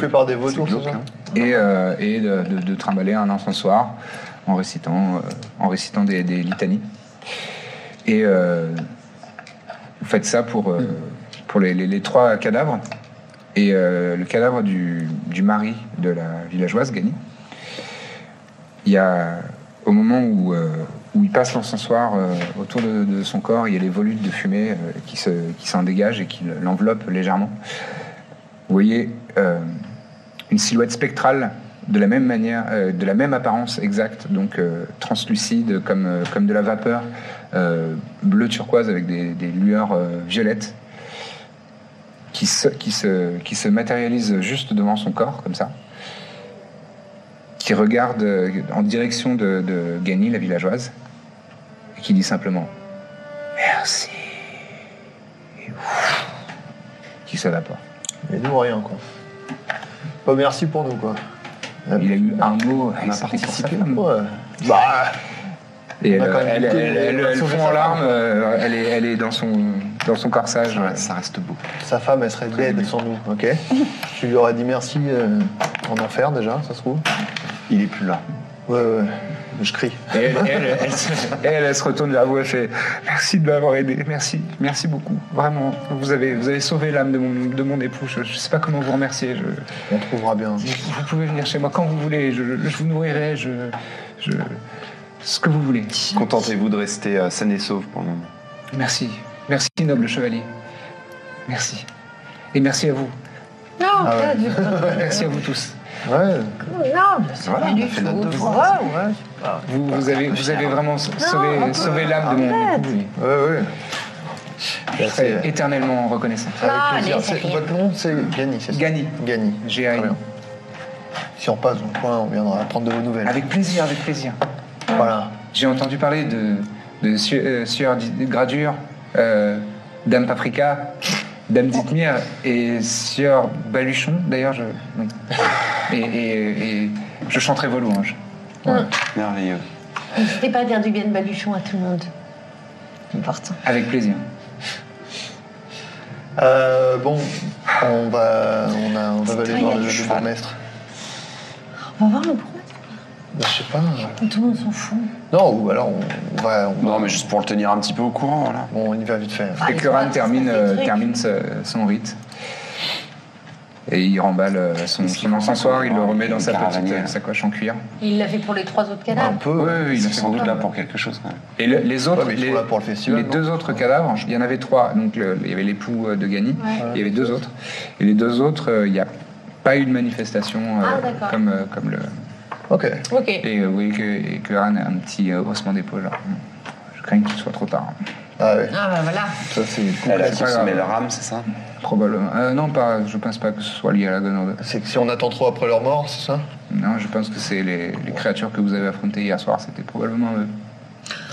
Fait par des vautours, c'est ça
et, euh, et de, de- de trimballer un encensoir en récitant, euh, en récitant des, des litanies. Et euh, vous faites ça pour, euh, pour les, les- les trois cadavres. Et euh, le cadavre du, du mari de la villageoise, Gani, il y a, au moment où, euh, où il passe l'encensoir euh, autour de, de son corps, il y a les volutes de fumée euh, qui s'en se, qui s'en dégagent et qui l'enveloppent légèrement. Vous voyez euh, une silhouette spectrale de la même manière, euh, de la même apparence exacte, donc euh, translucide comme, euh, comme de la vapeur, euh, bleu turquoise avec des, des lueurs euh, violettes, qui se, qui, se, qui se matérialise juste devant son corps, comme ça, qui regarde euh, en direction de, de Gany, la villageoise, et qui dit simplement Merci. Et ouf, qui s'évapore.
Et nous rien quoi. Pas merci pour nous quoi.
Il a eu un mot,
On a participé.
Ouais. Bah.
Et elle,
On a quand même
elle,
une
elle-
queue,
elle-
elle a
elle
sauvé
fond en
sa
larmes,
femme.
euh, elle, est, elle est dans son, dans son corsage.
Ouais, ça reste beau.
Sa femme, elle serait dead sans nous, ok [LAUGHS] Tu lui aurais dit merci euh, en enfer déjà, ça se trouve.
Il est plus là.
Ouais, ouais, je crie.
Et elle, elle-
[LAUGHS]
elle se- elle, elle se retourne vers vous, elle fait Merci de m'avoir aidé, merci, merci beaucoup. Vraiment, vous avez, vous avez sauvé l'âme de mon, de mon époux. Je ne sais pas comment vous remercier. Je-
On trouvera bien.
vous pouvez venir chez moi quand vous voulez, je, je vous nourrirai, je, je, ce que vous voulez.
Contentez-vous de rester euh, saine et sauve pour le moment.
Merci, merci, noble chevalier. Merci. Et merci à vous, Ah
Non, pas du tout.
[LAUGHS] merci à vous tous.
Ouais,
Non, mais c'est
Voilà,
pas
on
du
a fait notre
tout.
devoir.
Ouais.
ouais.
Vous, vous avez, vous avez vraiment
un
sauvé,
peu,
sauvé l'âme de mon époux. oui.
Ouais, ouais.
Je serai éternellement reconnaissant.
Non,
Avec plaisir.
Ah, allez, ça
C'est-
fait rien.
Votre nom, c'est Gani, c'est ça
Gani.
Gani.
J'ai
Très
un-
bien. Si on passe dans le coin, on viendra prendre de vos nouvelles.
Avec plaisir, avec plaisir.
Voilà.
J'ai entendu parler de, de Sieur- euh, Sieur Di- Gradure, euh, Dame Paprika,
Oh.
Dame Dithmir et Sieur Baluchon, d'ailleurs. Je,
[LAUGHS]
oui. et, et- et hein, je chanterai vos louanges.
Merveilleux.
N'hésitez pas à dire du bien de Baluchon à tout le monde. C'est important.
Avec plaisir.
Euh, bon, on va, on a, on va aller voir le,
Citoyen.
le bourgmestre.
On va voir le bourreau.
Je sais pas.
Tout le monde s'en fout.
Non, ou alors on va, on,
Non, mais juste pour le tenir un petit peu au courant, voilà.
bon, on y va vite fait.
Ah,
et
ils
Curran
sont-
euh, termine,
ils sont des
euh,
trucs.
termine ce- son rite. Et il remballe euh, son, son encensoir, il le remet dans sa petite euh, sacoche en cuir.
Il l'a fait pour les trois autres
Un
cadavres.
peu.
Oui, oui,
Ils
il a
sont
fait
sans doute là pour quelque chose. quand même.
Et le- les autres,
Ouais, mais ils
les,
sont là pour le festival,
les
non
deux autres cadavres, il y en avait trois. Donc le- il y avait l'époux euh, de Gagny, il y avait deux autres. Et les deux autres, euh, il n'y a pas eu de manifestation euh,
Ah, d'accord.
comme, euh, comme le.
Ok.
Ok.
Et euh, vous voyez que, et que Anne a un petit euh, haussement d'épaule. là. Je crains qu'il soit trop tard.
Ah ouais.
Ah bah voilà.
Ça c'est
Là,
c'est
la
pas
course
grave.
met leur âme, c'est ça
Probablement. Euh, non, pas, je pense pas que ce soit lié à la gonorde.
C'est que si on attend trop après leur mort, c'est ça
Non, je pense que c'est les, les créatures que vous avez affrontées hier soir, c'était probablement eux.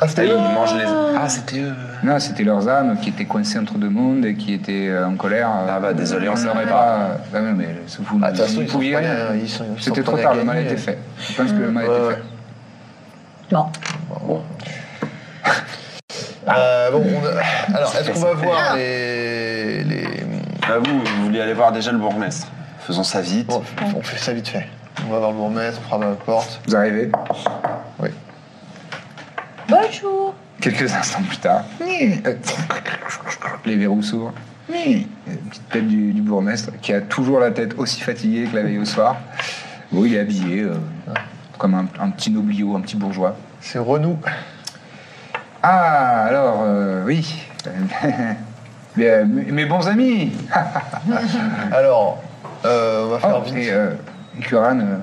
Ah c'était eux
Ils mangent les. Ah, c'était eux.
Non, c'était leurs âmes qui étaient coincées entre deux mondes et qui étaient euh, en colère.
Ah bah, désolé,
on
on
ne saurait
savait
pas. Ah, non, mais c'est vous
Ah, de toute façon,
vous
ils s'en
pouviez
prenaient-
rien.
ils s'en- ils s'en
C'était trop
prenaient
tard,
à
le mal
gagner.
était fait. Je pense que le mal
Ouais,
était fait.
Non.
Ah.
Euh, bon, on a- alors est-ce qu'on va voir
Ah.
les... les-
Bah, vous, vous vouliez aller voir déjà le bourgmestre. Faisons ça vite.
Bon, on fait ça vite fait. On va voir le bourgmestre, on frappe à la porte.
Vous arrivez
Oui.
Bonjour.
Quelques instants plus tard, les verrous s'ouvrent. Une petite tête du, du bourgmestre qui a toujours la tête aussi fatiguée que la veille au soir. Bon, il est habillé euh, comme un, un petit noblio, un petit bourgeois.
C'est Renou.
Ah, alors, euh, oui. [LAUGHS] Mais, euh, mes mes bons amis Ah,
Alors, euh, on va faire
Oh,
vite.
et euh, Kuran, euh,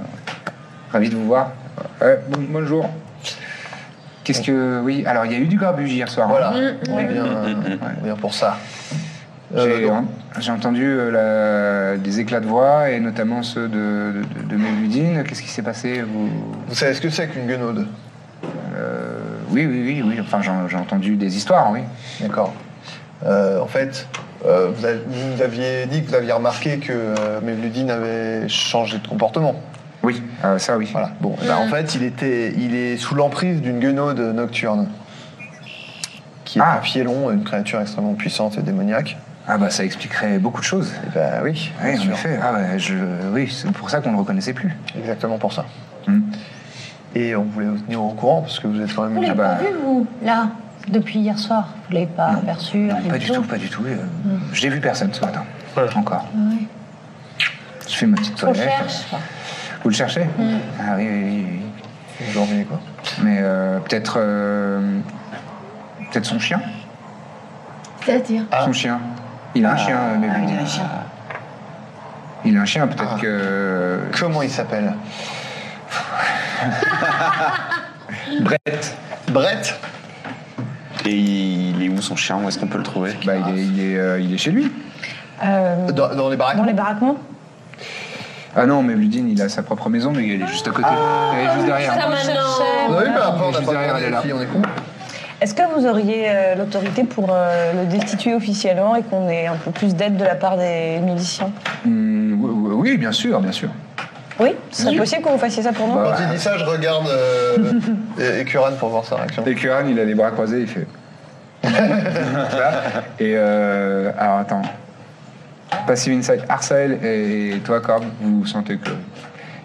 ravi de vous voir. Euh, bon- bonjour. Qu'est-ce que. Oui, alors il y a eu du grabuge hier soir.
Voilà,
hein.
on,
ouais.
vient, on vient pour ça. Euh,
J'ai
donc,
j'ai entendu euh, la- des éclats de voix et notamment ceux de, de, de Méludine. Qu'est-ce qui s'est passé vous...
vous savez ce que c'est qu'une guenaude
Euh, Oui, oui, oui, oui. Enfin, j'en- j'ai entendu des histoires, oui.
D'accord. Euh, en fait, euh, vous, avez- vous aviez dit que vous aviez remarqué que euh, Mevludin avait changé de comportement.
Oui, euh, ça, oui.
Voilà. Bon, eh ben,
Mm.
en fait, il était, il est sous l'emprise d'une guenaude nocturne, qui est
Ah.
un piélon, une créature extrêmement puissante et démoniaque.
Ah, bah, ça expliquerait beaucoup de choses.
Et ben oui,
Oui,
bien
en
sûr.
effet. Ah, ouais, je... oui c'est pour ça qu'on ne le reconnaissait plus.
exactement pour ça.
Hmm.
Et on voulait vous tenir au courant parce que vous êtes quand même.
Vous l'avez
Ah bah.
pas vu, vous, là, depuis hier soir Vous l'avez pas aperçu
Non,
rien
pas du tout, pas du tout. euh, J'ai vu personne ce matin. Encore.
Mm. Ah Ouais.
Je fais ma petite
On le
toilette.
cherche. Mm.
Vous le cherchez Ah oui, oui, oui. oui.
Aujourd'hui, quoi.
Mais euh, peut-être. euh, peut-être son chien
C'est-à-dire
Son chien. Il a un chien, euh, mais
Ah, il a un chien.
Il a un chien, peut-être
Ah.
que.
Comment il s'appelle
[LAUGHS] Brett.
Brett.
Et il est où son chien Où est-ce qu'on peut le trouver
Bah, il, est, il, est, euh, il est chez lui.
Euh,
Dans, dans les baraques.
dans les baraquements
Ah non, mais Ludin, il a sa propre maison, mais il est juste à côté.
Ah.
elle est juste derrière.
Ça
On
maintenant.
a eu, mais Ah bah, après, on
Juste
n'a pas
derrière, elle
demandé
est
les
là.
filles, on est con.
Est-ce que vous auriez euh, l'autorité pour euh, le destituer officiellement et qu'on ait un peu plus d'aide de la part des miliciens
Hum, oui, oui, oui, bien sûr, bien sûr.
Oui Ce serait possible que vous fassiez ça pour
Bah,
nous
Quand il dit ça, je regarde [LAUGHS] euh, et- et Kuran pour voir sa réaction.
Et Kuran, il a les bras croisés, il
[LAUGHS]
fait. Ça. Et euh, alors attends. Passive Insight, Arsael et toi, Corbe, vous sentez que.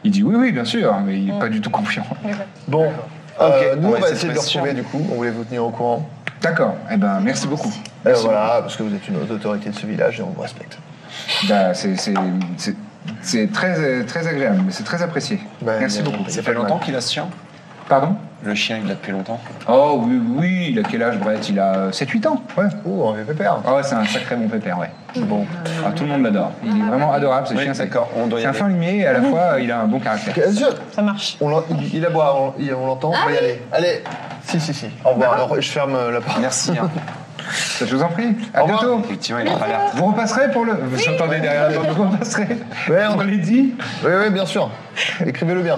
Il dit oui, oui, bien sûr, mais il n'est pas du tout confiant.
Bon, euh,
Ok,
nous,
on
on
va
va
essayer
essayer de
de
le
se
retrouver du coup. On voulait vous tenir au courant.
D'accord, eh ben merci beaucoup.
Euh, voilà, parce que vous êtes une haute autorité de ce village et on vous respecte.
Bah, c'est- c'est- c'est c'est très, euh, très agréable, mais c'est très apprécié.
Bah,
merci
bien,
beaucoup.
Ça fait longtemps qu'il a ce chien
Pardon
Le chien, il l'a depuis longtemps.
Oh oui, oui, il a quel âge, Brett Il a 7-8 ans, ouais.
Oh, on est pépère.
Ah ouais, c'est un sacré bon pépère, ouais. Bon. Ah, tout le monde l'adore. Il est vraiment adorable, ce
Oui,
chien. c'est-
d'accord, on doit y
C'est un
aller.
fin limier et à la fois, euh, il a un bon caractère.
Bien sûr,
Ça marche.
on l'en- il, il aboie, on, il- on l'entend, on va y aller. Ah Allez, si, si, si. Au [LAUGHS] revoir. Alors, je ferme euh, la porte.
Merci. hein.
Je vous en prie. À
Au revoir.
bientôt.
Effectivement, il a pas l'air.
Vous repasserez pour le. Vous entendez derrière la porte, vous repasserez.
Merde.
On l'a dit.
Oui, oui, bien [LAUGHS] sûr. Écrivez-le bien.